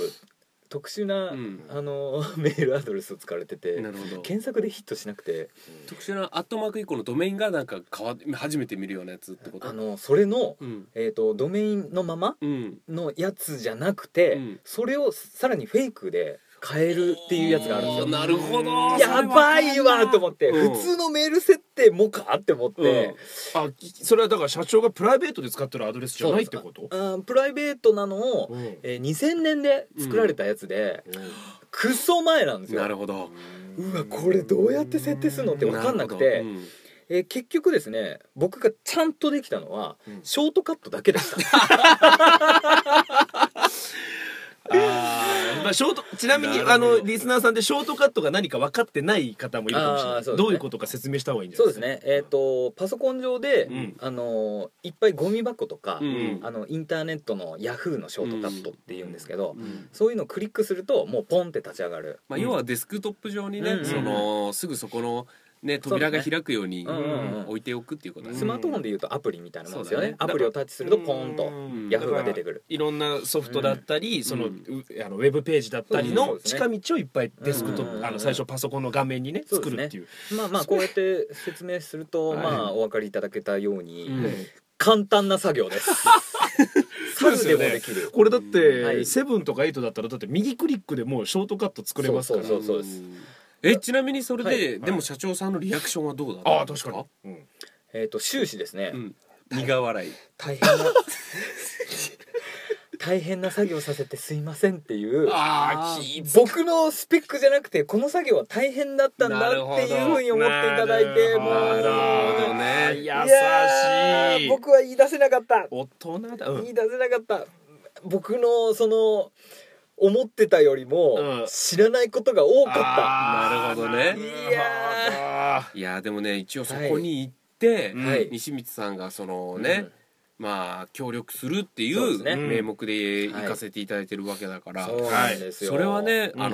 S3: 特殊な、
S2: うん
S3: あの [LAUGHS] メールアドレスを使われてて
S2: なるほど
S3: 検索でヒットしなくて
S2: 特殊なアットマーク以降のドメインがなんか変わ初めて見るようなやつってこと
S3: あのそれの、
S2: うん
S3: えっとドメインのまま
S2: うん
S3: のやつじゃなくて、
S2: うん
S3: それをさらにフェイクで変えるっていうやつがあるんですよ。
S2: なるほど
S3: やばいわと思って、
S2: うん
S3: 普通のメール設定もかって思って、
S1: あそれはだから社長がプライベートで使ってるアドレスじゃないってこと
S3: うん、プライベートなのを、
S1: うん
S3: えー2000年で作られたやつで、クソ前なんですよ
S2: なるほど
S3: うわこれどうやって設定するのって分かんなくて、
S2: る
S3: えー結局ですね僕がちゃんとできたのは、
S1: うん
S3: ショートカットだけでした
S2: ほどうんあ
S1: まあ、ショートちなみに
S2: な
S1: あ
S2: るほど
S1: のリスナーさんでショートカットが何か分かってない方もいるかもしれ
S3: あ
S1: な
S3: ー
S1: い、
S3: そうですね
S1: どういうことか説明した方がいいんじゃ
S3: そう
S1: ない
S3: ですねえっ、とパソコン上で、
S1: うん
S3: あのーいっぱいゴミ箱とか、
S2: うん
S3: あのインターネットのヤフーのショートカットっていうんですけど、
S2: ーうん
S3: そういうのをクリックするともうポンって立ち上がる
S2: まあ要はデスクトップ上にね、
S3: うん
S2: そのすぐそこのね扉が開くように
S3: そうですねうんうんうん
S2: 置いておくっていうことだ
S3: ス
S2: ね。
S3: マートフォンでいうとアプリみたいなもんですよね
S2: そうだね
S3: アプリをタッチするとポーンと
S1: うん
S3: ヤフーが出てくる
S1: いろんなソフトだったり、その
S2: う
S1: うんあのウェブページだったり
S3: そう
S1: の
S3: ですね
S1: 近道をいっぱいデスクトップ、
S3: うん
S1: あの最初パソコンの画面にね
S3: そうで
S1: 作
S3: すね
S1: るっていう
S3: まあまあこうやって説明すると
S2: はい
S3: まあお分かりいただけたように、
S2: うん
S3: 簡単な作業です [LAUGHS] サルでもできる
S1: これだっ
S3: はい
S1: てセブンとかエイトだったらだって右クリックでもうショートカット作れますから
S3: そうそうそうです
S2: えちなみにそれで、
S3: はい
S2: でも社長さんのリアクションはどうだった
S1: ああ
S2: んです
S1: 確かに、うん
S3: えっ、と終始ですね、
S2: うん、苦笑い。
S3: 大変な [LAUGHS] 大変な作業させてすいませんっていう
S2: ああ
S3: 僕のスペックじゃなくてこの作業は大変だったんだ
S2: なるほ
S3: っ
S2: ど
S3: ていうふうに思っていただいてもう
S2: なるほどね
S1: 優しい
S3: やー僕は言い出せなかった
S1: 大人だ、うん
S3: 言い出せなかった僕のその思ってたより
S1: う
S3: も
S1: ん
S3: 知らないことが多か
S1: あー
S2: なるほどね
S3: いや
S2: いやでもね一応そこに行って、
S1: ー
S3: ったはい
S2: 西光さんがその
S3: うん
S2: ね、まあ協力するってい
S3: そうで
S2: う
S3: すね
S2: 名目で行かせていただいてるわけだから、
S3: そうなんですよ
S2: それはね、
S1: うん
S2: あ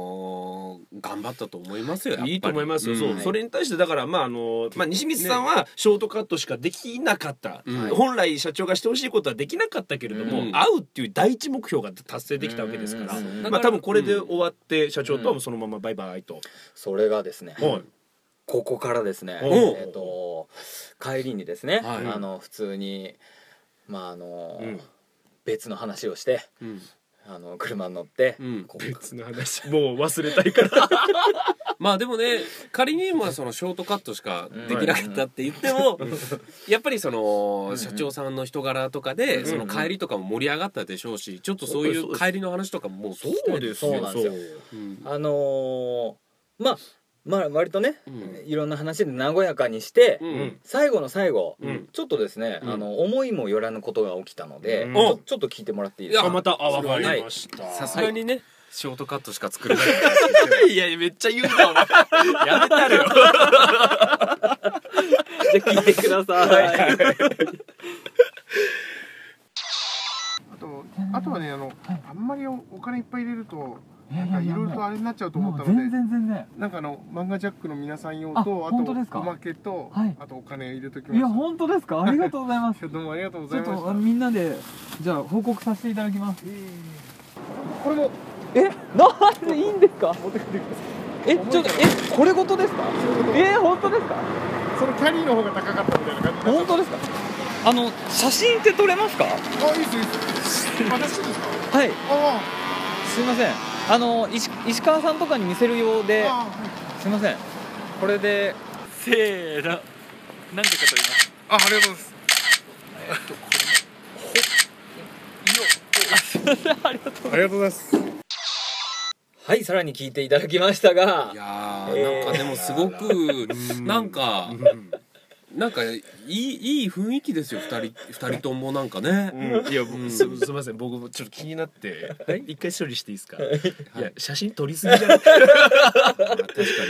S2: のー頑張ったと思いますよやっぱり
S1: いいと思いますよ、
S2: うん
S1: そう、
S3: はい
S1: それに対してだからまああの、まあ、西光さんはショートカットしかできなかった、
S2: うん
S1: 本来社長がしてほしいことはできなかったけれども、
S2: うん
S1: 会うっていう第一目標が達成できたわけですから、
S3: うんうんうん
S1: まあ、多分これで終わって社長とはもうそのままバイバイと、
S3: それがですね
S1: はい
S3: ここからですね
S1: お
S2: う
S3: えっと帰りにですね
S2: はい
S3: あの普通にまああの
S1: うん
S3: 別の話をして
S2: うん
S3: あの車に乗って
S2: うん
S3: こう
S1: 別の話もう忘れたいから
S2: まあでもね仮にまあそのショートカットしかできなかったって言っても、 [LAUGHS] やっぱりその
S3: ん
S2: 社長さんの人柄とか
S3: うん
S2: で、
S3: うん
S2: その帰りとかも盛り上がったでしょうしちょっとそうい
S1: そう
S2: う
S1: です
S2: 帰りの話とかももう
S1: そうです
S3: そう
S1: よ
S3: なんですよ
S2: うん
S3: あのーまあまあ割とね、
S2: うん
S3: いろんな話で和やかにして、
S2: うん
S3: 最後の最後、
S2: うん
S3: ちょっとですね、
S2: うん
S3: あの思いもよらぬことが起きたので、
S1: うん
S3: ちょちょっと聞いてもらっていいです
S1: あ
S3: か
S1: またあわか
S3: は
S1: り
S3: い
S1: ました、
S2: さすがにねショートカットしか作 [LAUGHS] れない
S4: いやめっちゃ言う
S6: [LAUGHS]
S4: な俺やめたれよ
S3: じゃあ聞いてください
S5: あとあとはねあの、あんまりおお金いっぱい入れるとなんかいろいろとあれになっちゃうと思ったの
S6: 全
S5: で
S6: 然
S5: なんかあの漫画ジャックの皆さん用
S6: あ
S5: とあ
S6: 本当です
S5: と
S6: か
S5: おまけと、
S6: はい
S5: あとお金入れときま
S6: いや
S5: し
S6: 本当ですかありがとうございます
S5: たどうもありがとうご
S6: ち
S5: ざ
S6: ょ
S5: い
S6: っ
S5: ました
S6: とみんなでじゃあ報告させていただきます
S5: えーこれも
S6: えなんでいいんですかえちょっとえこれごとですかえー、本当ですか
S5: そのキャリーの方が高かったみたいな感じにな
S6: 本
S5: っちゃ
S6: 当ですかあの写真って撮れますか
S5: ったあいいですよいいですよ私ですか
S6: はい
S5: あ
S6: すいませんあの石石川さんとかに見せるよう
S5: ー
S6: で
S5: あー
S6: すいませんこれで
S4: せーの何てこと言います
S5: あありがとうございますありがとうございます
S3: はいさらに聞いていただきましたが
S2: いやー
S3: えー
S2: なんかでもすごくなんかなんかいいいい雰囲気ですよ二人二人ともなんかね
S1: うん、いや、
S2: うん
S1: すすみません僕もちょっと気になって一回処理していいですか、い、や写真撮りすぎじゃない
S2: 確か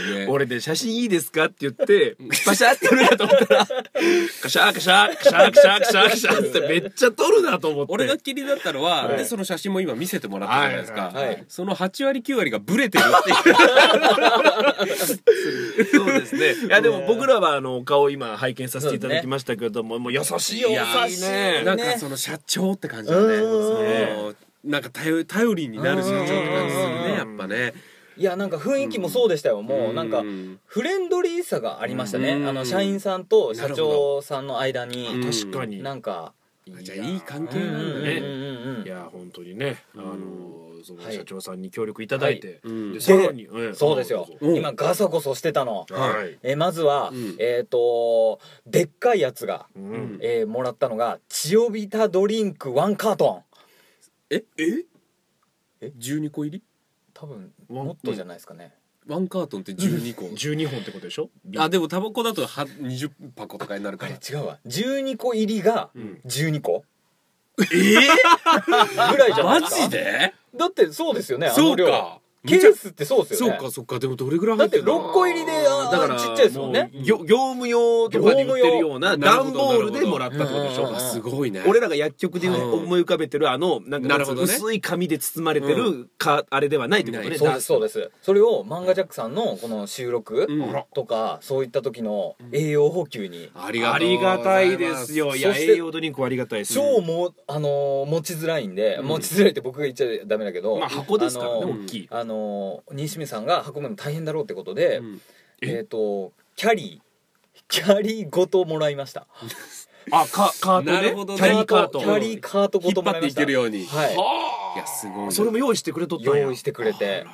S2: にね
S1: [LAUGHS] 俺で写真いいですかって言ってパシャってやるなと思ったらカシャカシャカシャカシャカシャカシャ [LAUGHS] ってめっちゃ撮るなと思っ
S2: [LAUGHS]
S1: て
S2: 俺が気になったのは、
S1: はい
S2: でその写真も今見せてもらったじゃないですか、
S1: はい
S3: はいはい
S2: その8割9割がブレてるっていう
S1: そうですねいやでも僕らはあのお顔今拝見させていただきましたけども、もう優しいよ
S3: 優しいね
S2: なんかその社長って感じだね
S3: うんうんうん
S2: そのなんか頼頼りになる社長って感じするねやっぱね
S3: いやなんか雰囲気もそうでしたよ、もうなんか
S2: ん
S3: フレンドリーさがありましたね、
S2: うん
S3: あの社員さんと社長さんの間に
S2: なるほ
S1: 確かに、
S3: なんか
S2: じゃあいい関
S3: う
S2: 係
S3: んうん
S2: なんだね、
S3: うんうん
S1: いや本当にね、
S2: うん
S1: あのその
S3: はい
S1: 社長さんに協力いただいて、
S2: うん
S1: でさらに、ええ
S3: そうですよ
S1: そうそう
S2: うん
S3: 今ガサゴソしてたの
S1: そうはい、
S3: えまずは、
S2: うん
S3: えっ、とでっかいやつが、
S1: うん
S3: えーもらったのがチオビタドリンクワンカートン
S2: ええ12個入り
S3: 多分
S1: ワン
S3: もっとじゃないですかね、
S2: ワンカートンって12個
S1: 12本ってことでしょ
S2: あでもタバコだとは20箱とかになるか
S3: あ
S2: ら
S3: れ違うわ12個入りが
S1: うん
S3: 12個、ええぐらいじゃな
S2: [LAUGHS] マ
S3: いですか
S2: ジで
S3: だってそうですよねあ
S2: そ
S3: の
S2: う
S3: 量
S2: か
S3: ケースってそうです
S2: そ
S3: よ
S2: う
S3: ね
S2: かそうかでもどれぐらい
S3: だ
S2: 入
S3: っ
S2: っててんだろう
S3: 6個入りであ
S1: だ
S3: だ
S1: か
S3: からちっちゃいですもんね
S1: う業業務用とかに売ってるような
S2: 業務用
S1: 段ボールでもらったってことでし
S3: なるほどなるほど
S1: ょ
S2: あすごいね
S1: 俺らが薬局で
S2: うん
S1: 思い浮かべてるあのなんか
S2: なるほどね
S1: 薄い紙で包まれてるかあれではないってこと
S2: な
S1: ね
S2: い
S3: そうですそうですそれを漫画ジャックさんのこの収録
S2: うん
S3: とかそういった時の栄養補給に
S2: ありがとう
S1: ありがたいですよいや
S3: そして
S1: 栄養ドリンクはありがたいです
S3: 超もうあのー持ちづらいんで持ちづらいって僕が言っちゃダメだけど
S1: まあ箱ですからね
S3: あのー
S1: 大きい
S3: あのー西見さんが運ぶの大変だろうってことで
S2: うん
S3: えっとキャリーキャリーごともらいました
S1: あかカートね
S2: なるほどね
S1: キャリーカート
S3: キャリーカートご
S2: 引
S3: と
S2: っ
S3: も
S2: 張
S3: ら
S2: って
S3: いま
S2: い
S3: した
S2: けるように
S3: はい
S2: やすごい
S1: それも用意してくれとったんや
S3: 用意してくれて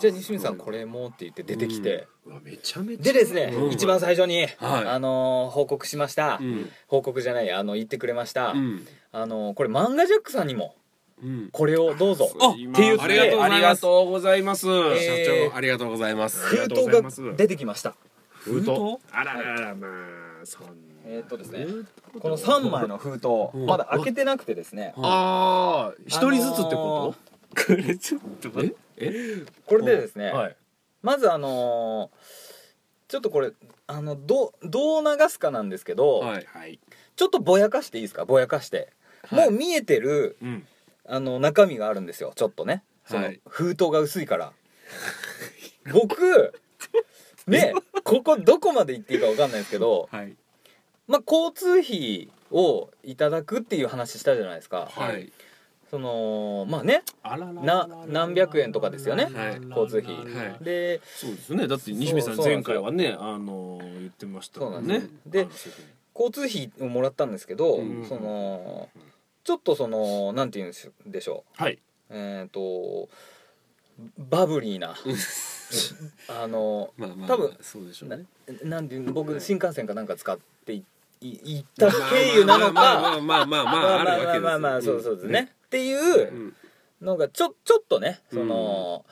S3: じゃあ西見さんこれもって言って出てきて
S1: うわめちゃめちゃ
S3: でですね、
S2: うん
S3: 一番最初に、
S2: はい
S3: あのー報告しました、
S2: うん
S3: 報告じゃないあの言ってくれました、
S2: うん
S3: あのーこれ漫画ジャックさんにも
S2: うん
S3: これをどうぞ
S2: あ
S1: 今
S2: って言って
S1: ありがとうございます
S2: ありがとうございます
S3: え
S2: 社
S3: ー
S2: 長ありがとうございます
S1: りが
S3: 封
S1: とう
S3: 筒
S1: ござい
S3: が
S1: ます
S3: 出てきました
S1: 封筒
S2: 封
S1: あらららまあそんな
S3: えーっとですね
S1: 封筒
S3: この3枚の封筒
S2: うん
S3: まだ開けてなくてですね
S1: ああ一人ずつってこと
S2: これちょっと待って
S3: これでですね、
S1: はい
S3: まずあのーちょっとこれあのどうどう流すかなんですけど、
S2: はい
S1: はい
S3: ちょっとぼやかしていいですかぼやかして、
S2: はい
S3: もう見えてる
S1: うん
S3: あの中身があるんですよちょっとねその
S2: はい
S3: 封筒が薄いから、
S2: [LAUGHS]
S3: 僕ねここどこまで行っていいか分かんないですけど、
S2: はい
S3: まあ、交通費をいただくっていう話したじゃないですか、
S2: はい
S3: そのまあね
S1: あらららら
S3: な何百円とかですよね、
S2: はい
S3: 交通費、
S2: はい
S3: で
S1: そうですねだって西見さん
S3: そうそうなんで
S1: 前
S3: す
S1: 回
S3: よ
S1: はねあの言ってましたもん
S3: そう
S1: ね
S3: なんです
S1: あの
S3: 交通費をもらったんですけど、
S2: うん
S3: そのちょっとそのなんて言うんでしょう
S1: はい
S3: えっ、とバブリーなあの
S2: まあまあ
S3: 多分
S2: そうでしょう
S3: な
S2: ね
S3: なんていう僕新幹線かなんか使っていい行った経由なのか
S2: まあまあまあまあまあまああるわけですよ
S3: まあまあまあまあそうそうですね、っていう
S2: うん
S3: のがちょちょっとねその、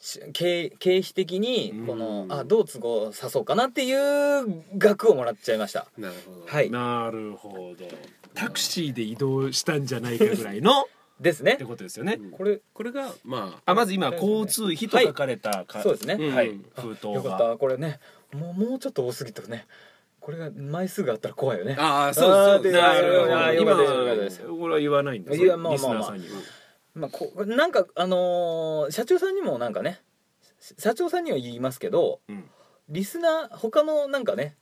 S3: し経経費的に
S2: うん
S3: このあどう都合さそうかなっていう額をもらっちゃいました
S2: なるほど。
S3: はい
S1: なるほどタクシーで移動したんじゃないかぐらいのっ
S3: ですね
S1: てことですよね
S2: うん
S3: これ
S2: これがまあ
S1: あまず今交通費と書かれたか、
S3: そうですね、
S2: うん
S1: はい封筒
S3: よかっ
S1: が
S3: たこれねもうもうちょっと多すぎたねこれが枚数があったら怖いよね
S2: ああそうですそうです
S3: あー
S1: なるほ
S3: いや
S1: ど
S3: よ
S1: 今
S3: かったですよかったです
S1: これは言わないんです
S3: いやまあまあまあ
S1: リスナーさんには
S3: まあ、こなんかあのー社長さんにもなんかねし社長さんには言いますけど、
S1: うん
S3: リスナー他のなんかね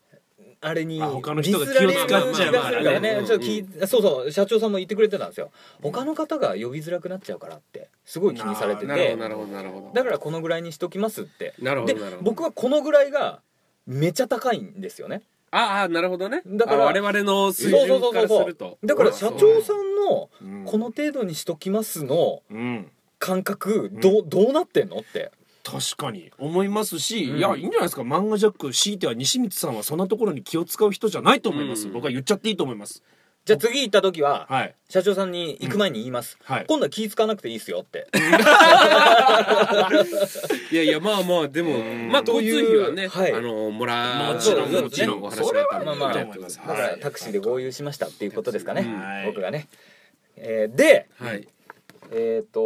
S3: あれに
S1: あ他の人が気を
S3: ディス
S1: 使っ
S3: られる
S1: ちゃう
S3: 気がするから
S2: まあ
S3: ね
S2: ね
S3: ちょっと聞いそうそう社長さんも言ってくれてたんですよ他の方が呼びづらくなっちゃうからってすごい気にされて
S2: なるほ
S3: て
S2: どなるほどなるほど。
S3: だからこのぐらいにしときますって
S2: なるほ
S3: で
S2: どなるほど。
S3: 僕はこのぐらいがめちゃ高いんですよね
S2: ああなるほどね。
S3: だから
S2: あ我々の水準からすると。
S3: だから社長さんの
S1: うん
S3: この程度にしときますの
S1: うん
S3: 感覚どうどうなってんのって
S1: 確かに思いますし、
S3: うん
S1: いやいいんじゃないですか漫画ジャック強いては西光さんはそんなところに気を使う人じゃないと思います、
S2: うん
S1: 僕は言っちゃっていいと思います
S3: じゃあ次行った時は
S1: はい
S3: 社長さんに行く前に言います、
S1: はい
S3: 今度は気ぃ使わなくていいっすよって
S2: いやいやまあまあでも
S1: ん
S2: まあ交通費はね、
S3: はい
S2: あのもら
S1: もちろん
S2: う
S3: もちろん
S2: お話だったんで
S3: まあまあ
S2: はい
S1: 思います
S3: だからタクシーで合流しましたっていうことですかね、
S1: はい
S3: 僕がね、えーで
S2: はい
S3: えっ、
S1: まだ
S3: と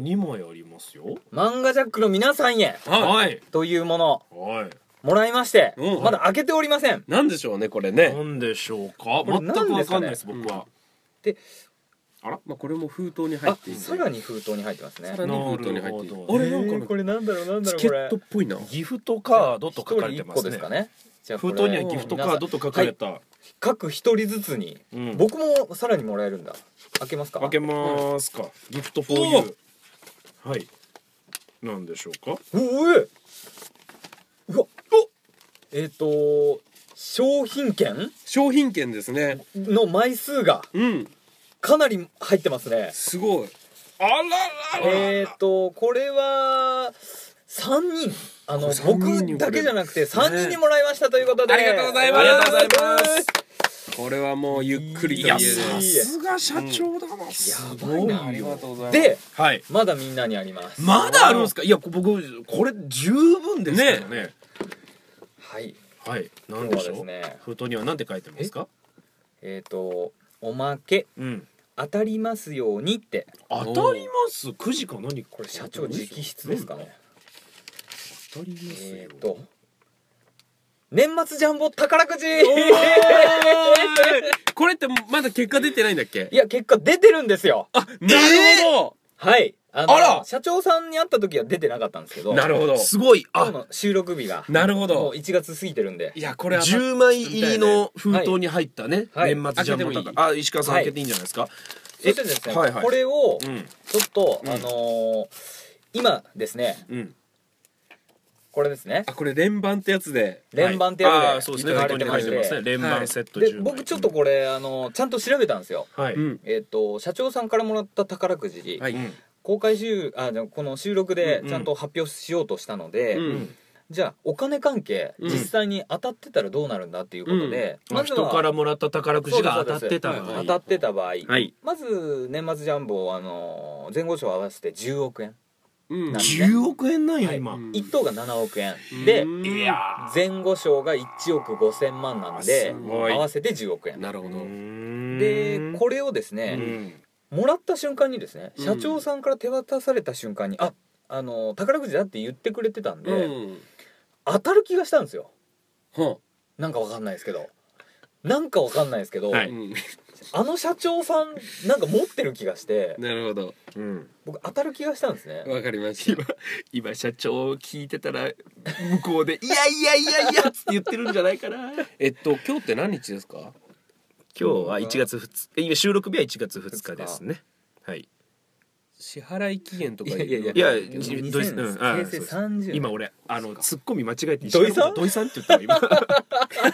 S1: 2枚ありますよ
S3: 漫画ジャックの皆さんへ
S2: はい
S1: い
S3: というもの
S1: はい
S3: もらいまして、
S2: うん
S3: まだ開けておりません
S2: なんでしょうねこれね
S1: 何でしょうか
S3: れ
S1: 全く分かんないです
S2: 何ですかね
S1: 僕は、
S2: まあこれも封筒に入
S3: あ
S2: っていて
S3: さらに封筒に入ってますね
S2: さらに封筒に入ってい
S1: なる
S2: て
S1: ほ
S2: あ
S1: ど
S2: れなんか
S3: えー
S2: ね
S3: れなんだろうなん
S2: チケットっぽいな
S1: ギフトカードと
S3: 一
S1: 書
S3: 人
S1: かれて
S3: 一
S1: ま
S3: 個
S1: す
S3: で
S1: ね
S3: すかねじゃあこ
S1: 封
S3: れ
S1: 筒にはギフトカードと書かれた、
S3: 各一人ずつに、
S1: うん
S3: 僕もさらにもらえるんだ開けますか
S1: 開けまーすか、ギフトフォーユーはい何でしょうか
S3: うおえうわえっ、と商品券
S2: 商品券ですね
S3: の枚数が
S2: うん
S3: かなり入ってますね
S2: すごい
S1: あららら
S3: えっ、とこれは3人あの
S2: 三人に
S3: 僕だけじゃなくて3人にもらいましたということで、
S2: ありがとうございます
S1: ありがとうございます
S2: これはもうゆっくり
S1: い
S2: と
S1: や
S2: 家で
S1: さすが社長だな、
S3: やばいな
S4: りがとうございます
S3: で
S1: はい
S3: まだみんなにあります
S1: まだあるんですかいや僕これ十分ですからね
S3: はい
S1: はい
S3: 今
S1: 何
S3: 日
S1: で
S3: は
S1: し
S3: で
S1: ょ
S3: す
S1: う、
S3: ね
S1: 封筒には何て書いてますか
S3: えっ、とおまけ
S1: うん
S3: 当たりますようにって
S1: 当たりますくじか何
S3: これ社長直筆ですかね
S1: 当たりますよ
S3: えーっと年末ジャンボ宝くじ
S2: これってまだ結果出てないんだっけ
S3: いや結果出てるんですよ
S2: あなるほ
S3: はいあの
S2: あら
S3: 社長さんに会った時は出てなかったんですけど
S2: どなるほど
S1: すごい
S3: 今日
S1: あ
S3: の収録日が
S2: なるほ
S3: も
S2: ど
S3: う1月過ぎてるんで
S2: いやこれは
S1: 10枚入りの封筒に入ったね、
S3: はい
S1: 年末ジャン
S2: 開けて
S1: ボ
S2: もいい
S1: 宝あ石川さん
S3: はい
S1: 開けていいんじゃないですか、
S3: そしてですね、
S1: はいはい
S3: これを
S1: うん
S3: ちょっと、
S2: うん
S3: あのー今ですね
S1: うん
S3: これですね
S2: あこれ連番ってやつで
S3: 連番ってやつで
S1: あーそうですね封
S3: 書か
S1: 筒
S3: れ
S1: に
S3: てま
S1: 入っ
S3: して
S1: ますね連
S2: は
S1: 番
S2: い
S1: セット
S3: で
S1: 10枚
S3: 僕ちょっとこれ、あのーちゃんと調べたんですよ
S1: はい、
S2: うん
S3: えーっと社長さんからもらった宝くじ、
S2: はい
S1: うん
S3: 公開収あじゃあこの収録で
S1: うんうん
S3: ちゃんと発表しようとしたので、
S2: うん
S3: じゃあお金関係
S2: うん
S3: 実際に当たってたらどうなるんだっていうことで、
S1: まあ
S3: まずは
S1: 人からもらった宝くじが当たってた場
S2: そうです
S1: 合
S2: そうです
S3: 当たってた場合、
S1: はい
S3: まず年末ジャンボ、あのー前後賞合わせて10億円、
S2: うん
S1: 10億円なんや
S3: はい
S1: 今、
S2: うん
S3: 1等が7億円、で
S2: うん
S1: いや
S3: 前後賞が1億5千万なん
S1: す
S3: で
S1: ごい
S3: 合わせて10億円
S2: なるほど
S1: で
S3: でこれをです
S1: れ
S3: ね、もらった瞬間にですね
S2: うん
S3: 社長さんから手渡された瞬間に、ああのー宝くじだって言ってくれてたんで、
S2: うん
S3: 当たる気がしたんですよ
S2: は
S3: なんかわかんないですけどなんかわかんないですけど、
S1: は
S2: あ
S1: い
S2: うん [LAUGHS]
S3: あの社長さんなんか持ってる気がして
S2: なるほど
S1: うん、
S3: 僕当たる気がしたんですね
S2: わかりました
S1: 今社長を聞いてたら向こうで「いやいやいやいや」っつって言ってるんじゃないかな今
S2: えっと今日って何日ですか
S1: 日は1月2日今収録日は1月2日ですねはい
S2: 支払い期限とか
S3: いやいやいや
S1: いや
S3: 2000
S1: じどいうんあ
S3: 平成
S1: そうです
S3: 30
S1: 今俺あのツッコミ間違えて
S3: 土井さん
S1: 石川のこと土井さんって言ったの今 [LAUGHS]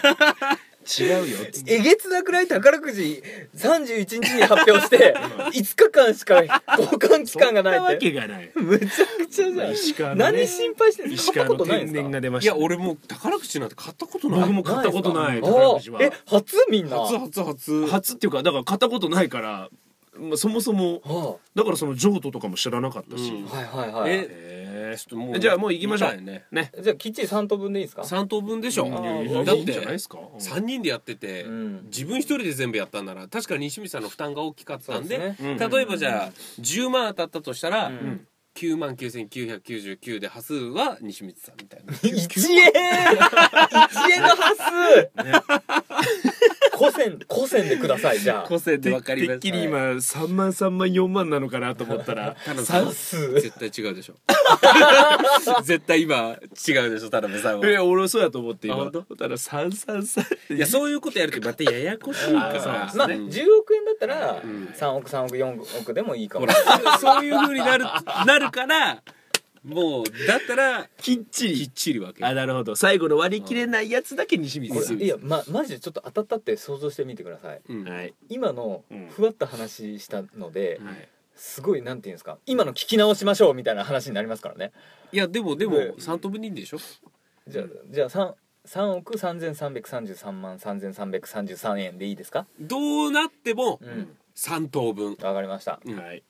S1: 違うよっつって
S3: えげつなくない宝くじ31日に発表して5日間しか交換期間が
S1: そん
S3: ない
S1: わ
S3: っ
S1: け
S3: て
S1: がない
S3: むちゃくちゃじゃん、
S1: 石川のね
S3: 何心配してんです
S1: 石
S3: か買ったこ
S1: 川の
S3: とないんですか
S1: 天然が出ま
S2: い
S1: した
S2: や俺もう宝くじなんて買ったことない
S1: 僕も買ったことない
S3: あ
S1: 宝くじは
S3: ーえ初見な
S2: 初初初
S1: 初っていうかだから買ったことないからまあ、そもそも
S3: は
S1: だからその譲渡とかも知らなかったし、
S2: うん
S3: あ、はいはいはい
S2: ええーちょっともう
S1: じゃあもう行きましょう
S2: 見たいね
S1: ね
S3: じゃあきっちり3等分でいいですか
S2: 3等分でしょ、
S3: んいやい
S1: だ
S3: や
S2: だっ
S1: いいんじゃないで
S2: て
S1: すか、うん
S2: 3人でやってて、
S3: うん
S2: 自分一人で全部やったんなら確かに西見さんの負担が大きかったんで
S3: そうです
S1: ね
S2: 例えばじゃあ10万当たったとしたら、
S3: うん
S2: 9万9999で端数は西光さんみたいな
S3: 1円 !1 円の端数古銭、古銭でください、じゃあ。
S2: 性
S1: ててっきり今3万3万4万なのかなと思ったら
S2: 田辺さ
S3: 端
S2: ん
S3: 数。
S2: 絶対違うでしょ絶対今違うでしょ田辺さん
S1: い
S2: は
S1: や俺もそうやと思って
S2: あ
S1: 今
S2: 本当
S1: だから333って
S2: いやそういうことやるとまたややこしいから
S1: あ
S3: まあ、
S2: うん
S3: 10億円だったら、
S2: ん
S3: 3億、3億、4億でもいいか
S2: ほ
S3: も
S2: ら。そういう風になるなるからもうだったら
S1: きっち
S2: きっ
S1: り
S2: ちり分け
S1: あ
S2: る
S1: なるほど最後の割り切れないやつだけ西光
S3: こ
S1: さん
S3: れいや、ま、マジでちょっと当たったって想像してみてください。
S2: うん
S1: はい
S3: 今の
S1: うん、
S3: ふわった話したので、
S2: はい
S3: すごい、なんていうんですか、今の聞き直しましょうみたいな話になりますからね。
S2: いやでもで
S3: ね
S2: も三等分人でしょ
S3: じゃあ、じゃあ、3、3億3333万3333円でいいですか
S2: どうなっても
S3: うん。
S2: 三等分
S3: わかりました。
S2: うん
S1: はい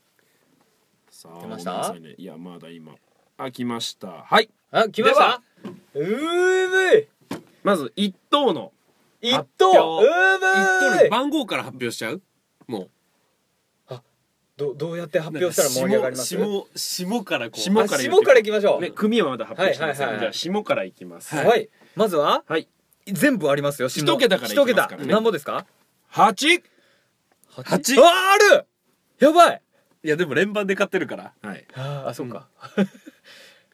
S1: さあ
S3: 出ました
S1: ごめんなさいねいやまだ今あ来ましたはい
S3: あ、来ましたうーぶい
S1: まず一等の
S3: 一
S1: 発
S3: 等うー
S1: 表
S3: ぶ
S2: 一等
S3: ー
S2: の
S3: い
S2: 番号から発表しちゃうもう
S3: どどうやって発表したら盛り上がります
S2: 下下下からこう
S1: 下
S3: あ下からいきましょう、
S1: ね組はまだ発表してません、
S3: はいはいはい
S1: じゃあ下からいきます
S3: はい、
S1: い
S3: まずは、
S1: はい
S3: 全部ありますよ下
S1: 一桁からいきますからね
S3: 一桁なんぼですか
S1: 八
S3: 八あーあるやばい
S2: いやでも連番で買ってるから
S1: はい
S3: ああそうか、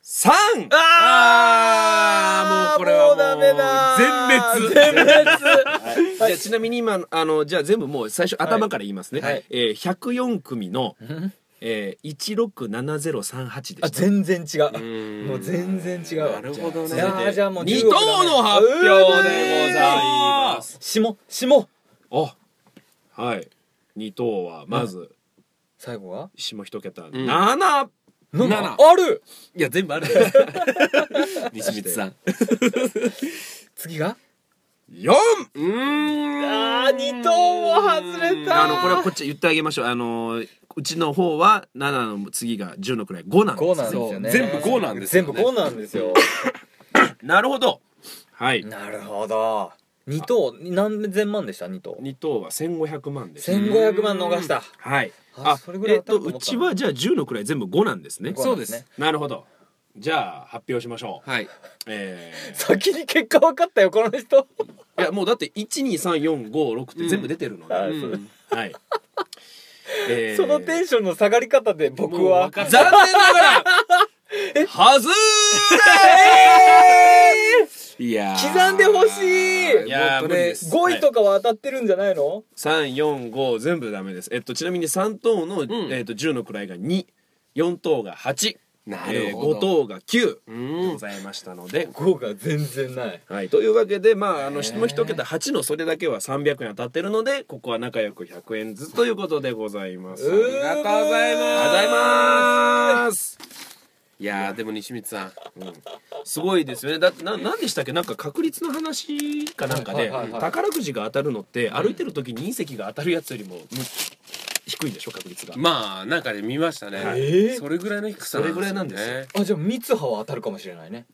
S1: 三
S3: あ
S2: あーもうこれはもう
S3: もうダメだ
S2: 全滅
S3: 全滅
S1: じゃあちなみに今あのじゃあ全部もう最初頭から言いますね、
S3: はい
S1: えー、104組の、えー、167038で
S3: あ
S1: した
S3: 全然違う、
S2: ん
S3: もう全然違うわ
S2: なるほど
S3: い
S2: ね
S3: やーじゃあもう
S1: 二
S3: 10億だね
S1: 等の発表でございます
S3: 下下
S1: あはい二等はまず
S3: 最後は
S1: 下一桁
S2: ん
S1: 七、
S2: 七
S3: ある
S2: いや全部あ
S3: [LAUGHS]
S2: る西光さん
S3: 次が
S1: 四。
S2: うーん
S3: あー二等も外れた
S1: あのこれはこっち言ってあげましょうあのーうちの方は七の次が十のくらい五なんで
S3: 五
S1: す
S3: なんですよね
S2: そう全部五なんですよね
S3: 全部五なんです
S1: [LAUGHS]
S3: よ
S1: なるほどはい
S3: なるほど二等何千万でした二等
S1: 二等は千五百万です
S3: 千五百万逃した
S1: はい
S3: あそれぐらい
S1: えっとうちはじゃあ十のくらい全部五なんですね
S3: 五
S2: そうです
S1: なるほどじゃあ発表しましょう、
S2: はい
S1: えー
S3: 先に結果分かったよこの人
S1: いやもうだって123456って全部出てるので、
S3: あ
S2: うん
S3: そう
S1: はい、えー
S3: そのテンションの下がり方で僕
S2: もう
S3: は
S2: 分かっ
S1: 残念ながらはずーいやー
S3: 刻んでほし
S1: い
S3: い
S1: やー無理です
S3: 五位とかは当たってるんじゃないの
S1: 345全部ダメですえっとちなみに3等の、えっと、10の位が24等が8
S2: な
S1: え
S2: る
S1: ー、
S2: ほ
S1: 5
S2: ど
S1: 等が9
S2: うん
S1: でございましたので、
S3: 五が全然ない
S1: はい、というわけでまああの下1桁8のそれだけは300円当たってるのでここは仲良く100円ずつということでございますありがとう
S2: ありがとうございます
S1: ございます
S2: いやーでも西光さん
S1: すごいですよねだってな何でしたっけなんか確率の話かなんか
S3: はい
S1: で、
S3: はいはい
S1: 宝くじが当たるのって歩いてる時に隕石が当たるやつよりもむ低いんでしょ確率が、
S2: まあなんかね見ましたね、
S3: ええ
S2: それぐらいの低さ
S1: それぐらいなんですよ
S2: ね
S3: あじゃあ三葉は当たるかもしれないね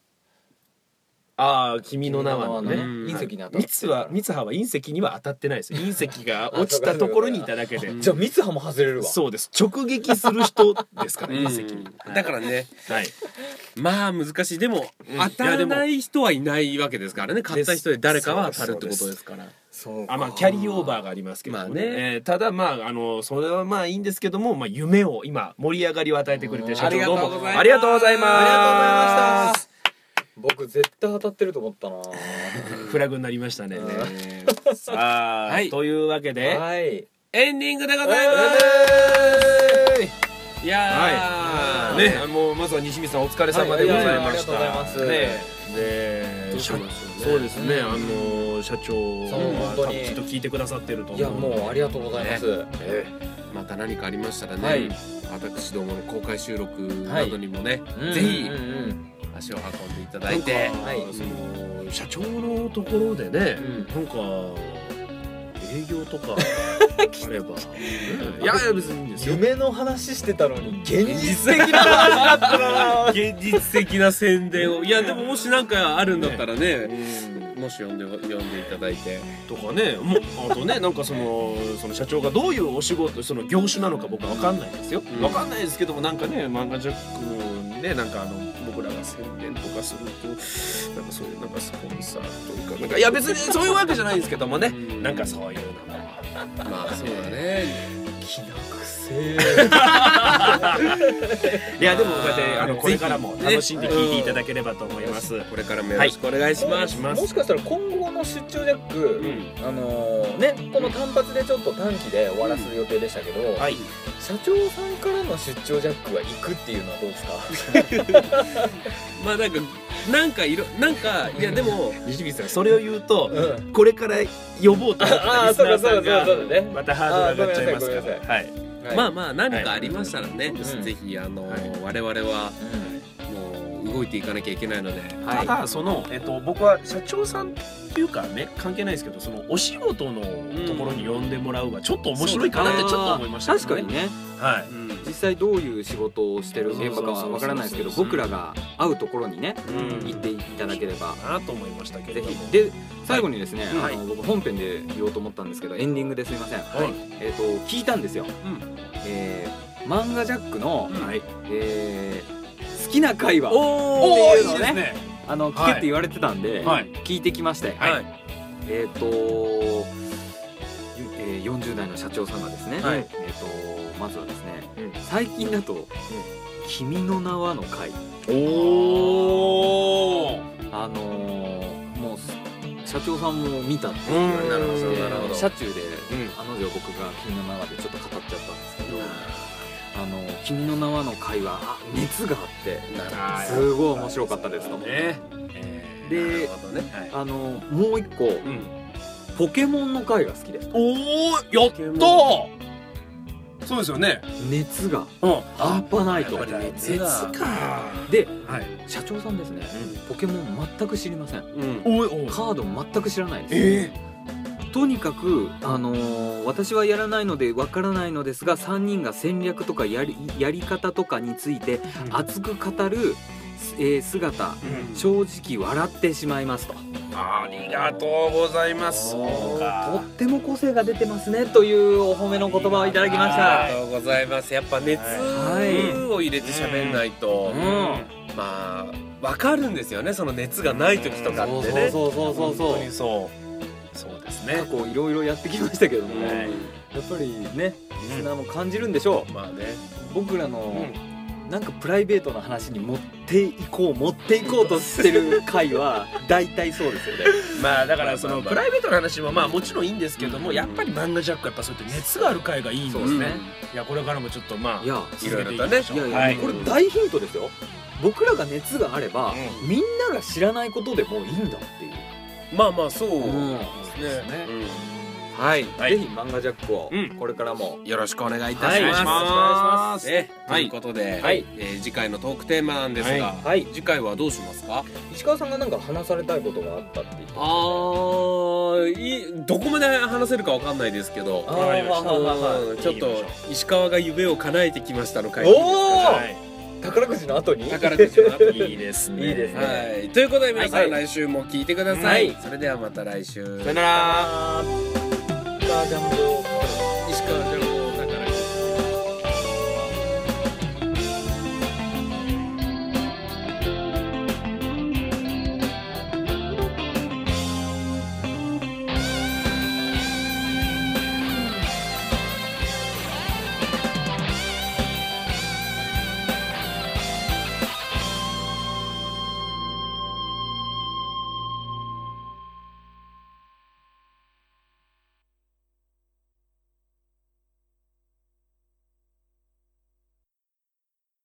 S1: ああ君の名はね
S3: 君の名
S2: うん
S3: は隕石に当た
S1: 三
S3: る
S1: つは三葉は隕石には当たってな
S3: [LAUGHS]
S1: いです隕石が落ちたところにいただけで
S3: じゃあ三葉も外れるわ
S1: そうです直撃する人ですから
S2: うん
S1: 隕石に
S2: だからね
S1: はい
S2: まあ難しいでも
S1: ん
S2: 当たらない人はいないわけですからね買った人で誰かは当たるってことですから
S3: そうか
S1: あまあキャリーオーバーがありますけども
S2: まあね
S1: えーただまああのそれはまあいいんですけどもまあ夢を今盛り上がりを与えてくれてる社長どうもありがとうございま
S2: あ
S1: す
S3: 僕絶対当たってると思ったな
S1: フラグになりましたね
S3: うん
S1: ねさあ、
S2: はい
S1: というわけで
S3: はい
S2: りがとうございましたエンディングでございますいやー
S1: ねもうまずは西光さんお疲れ様でござ
S3: はいいやい
S1: いました、
S3: やありがとうございます
S1: ねで
S2: どうしましょうね
S1: そうですね、
S3: うん
S1: あの社長
S3: そう
S1: は
S3: 本
S1: 多
S3: 当
S1: 分
S3: に
S1: きっと聞いてくださってると
S3: い
S1: 思
S3: や
S1: う
S3: も
S1: ので
S3: うありがとうございます、
S1: え
S2: また何かありましたらね、
S3: はい
S2: 私どもの公開収録などにもね、
S3: うん
S2: ぜひ
S3: うんうん
S2: 足を運んでいた
S1: え
S2: だいて
S1: なんか
S3: はい
S1: その社長のところでね
S2: う、ん
S1: なんか営業と
S2: [LAUGHS]
S1: かあれば、いやいや別にいいんですよ
S4: 夢の話してたのに現実的な話だったな
S2: 現実的な宣伝をいやでももしなんかあるんだったらねもし呼んで呼んでいただいて
S1: とかねもうあとねなんかそのその社長がどういうお仕事その業種なのか僕は分かんないですよ、
S2: うん
S1: 分かんないですけどもなんかね漫画ジャックにねなんかあの僕らが宣伝とかするとなんかそういうなんかスポンサーというかなんかいや別にそういうわけじゃないですけどもね
S2: うん
S1: なんかそういうのも
S2: まあそうだ [LAUGHS] ね
S4: 気なくせえ
S1: いやでもこうやってあ
S2: ぜ
S1: の
S2: ひ
S1: これからも楽しんで聞いていただければと思います、
S2: これからもよろしくお願いします、
S1: ま
S4: も
S1: す
S4: しかしたら今後の出張ジャック、
S2: うん
S4: あのーねこの単発でちょっと短期で終わらす予定でしたけど、
S1: はい
S4: 社長さんからの出張ジャックは行くっていうのはどうですか
S2: まあなんかなんかいろなんかいやでも
S1: 西口さんそれを言うと、
S4: う
S1: これから呼ぼうと思った
S4: [LAUGHS] あ
S1: リ
S4: あ
S1: ス
S4: そう
S1: ナー
S4: かそ
S1: さ
S4: うんかそう
S1: が
S4: かそうだね
S1: またハードル上がっちゃいます
S4: あーごめんなさいごめんな
S1: からはい
S2: ま
S4: あ、
S2: あまあ何かありましたらね、ぜひあの、我々はもう動いていかなきゃいけないので、
S1: ただその、えっと、僕は社長さんっていうかね関係ないですけどそのお仕事のところに呼んでもらうはちょっと面白いかなってちょっと思いました、
S3: 確かに、ね
S1: はい、
S3: 実際どういう仕事をしてる現場かはわからないですけど僕らが会うところにね
S1: うん、い
S3: 行っていただければ
S1: なと思いましたけれ
S3: ぜ
S1: ども
S3: ひで最後にですね、
S1: はい
S3: あの僕本編で言おうと思ったんですけどエンディングですいません、
S1: はい
S3: えっ、と聞いたんですよ、えー漫画ジャックの、
S1: はい
S3: えー好きな回は
S1: お
S3: ー
S1: いいですね
S3: あの聞けって言われてたんで、
S1: はい
S3: 聞いてきまして、
S1: はい
S3: えっ、とゆえー40代の社長さんがですね、
S1: はい
S3: えー、とまずはですね、
S1: うん
S3: 最近だと、君の名は」の回
S1: おお
S3: あのーもうす社長さんも見たって言われて
S1: うんなるほど
S3: で
S1: なるほど
S3: 車中で
S1: うん
S3: あの女僕が「君の名は」でちょっと語っちゃったんですけど「あの君の名は」の会話あ熱があってすごい面白かったですと。
S1: ね
S3: であのもう一個、
S1: ん
S3: ポケモンの会が好きです
S1: おおやったそうですよね
S3: 熱が
S1: うん
S3: 半端ないと
S1: 熱か
S3: で
S1: はい
S3: 社長さんですね、ポケモン全く知りません
S2: うん、
S1: おいおい
S3: カードも全く知らないです
S1: え
S3: とにかく、あのー私はやらないのでわからないのですが3人が戦略とかやりやり方とかについて
S1: うん
S3: 熱く語る、すえー姿
S1: え
S3: 正直笑ってしまいますと
S1: ありがとうございますそう
S3: とっ
S1: か
S3: ても個性が出てますねというお褒めの言葉をいただきまし
S2: あ
S3: た
S2: りがとうございますやっぱ熱を入れて喋んないと、まあわかるんですよねその熱がない時とか
S3: そう
S2: ってね
S3: そうそうそうそう
S2: 本当にそ
S1: そうです
S3: 過
S1: ね
S3: 去いろいろやってきましたけども、
S1: は
S3: や
S1: い
S3: っぱりねリスナーも感じるんでしょ
S2: うまあね
S3: う僕らの、なんかプライベートな話に持っていこう持っていこうとしてる回は大体そうですよね
S1: まあだからそ
S2: ま
S1: の
S2: あまあ
S1: プライベートの話もまあもちろんいいんですけども
S2: うん
S1: やっぱり漫画ジャックはやっぱそうやって熱がある回がいいんですねいやこれからもちょっとま
S3: いや
S1: あ続けていきましょう
S3: いやいや、
S1: はい
S3: これ大ヒントですよ僕らが熱があれば、みんなが知らないことでもいいんだっていう、
S2: まあまあそう、
S3: うん
S1: ですね
S3: はい、
S1: はい
S3: ぜひ漫画ジャックを
S1: うん
S3: これからも、
S2: よろしくお願いいた
S1: は
S2: し
S1: いお願
S2: ま
S1: い
S2: す。
S1: します
S2: ね、と
S1: はいいう
S2: ことで、
S3: はい
S2: えー次回のトークテーマなんですが、
S1: は
S3: はい
S2: 次回はどうしますか？
S4: 石川さんがなんか話されたいことがあったって言って
S2: あーいどこまで話せるかわかんないですけど、
S1: わかりました
S2: うんちょっと石川が夢を叶えてきましたの回でいいです
S4: お
S2: か
S4: お
S1: はい
S4: 宝くじの後に
S2: 宝くじの後に
S1: いいですね
S4: いいですね
S2: [LAUGHS] はい、ということで皆さん、
S4: はい
S2: 来週も聞いてください、
S4: はい
S2: それではまた来週。
S1: さよなら
S4: あージャンボ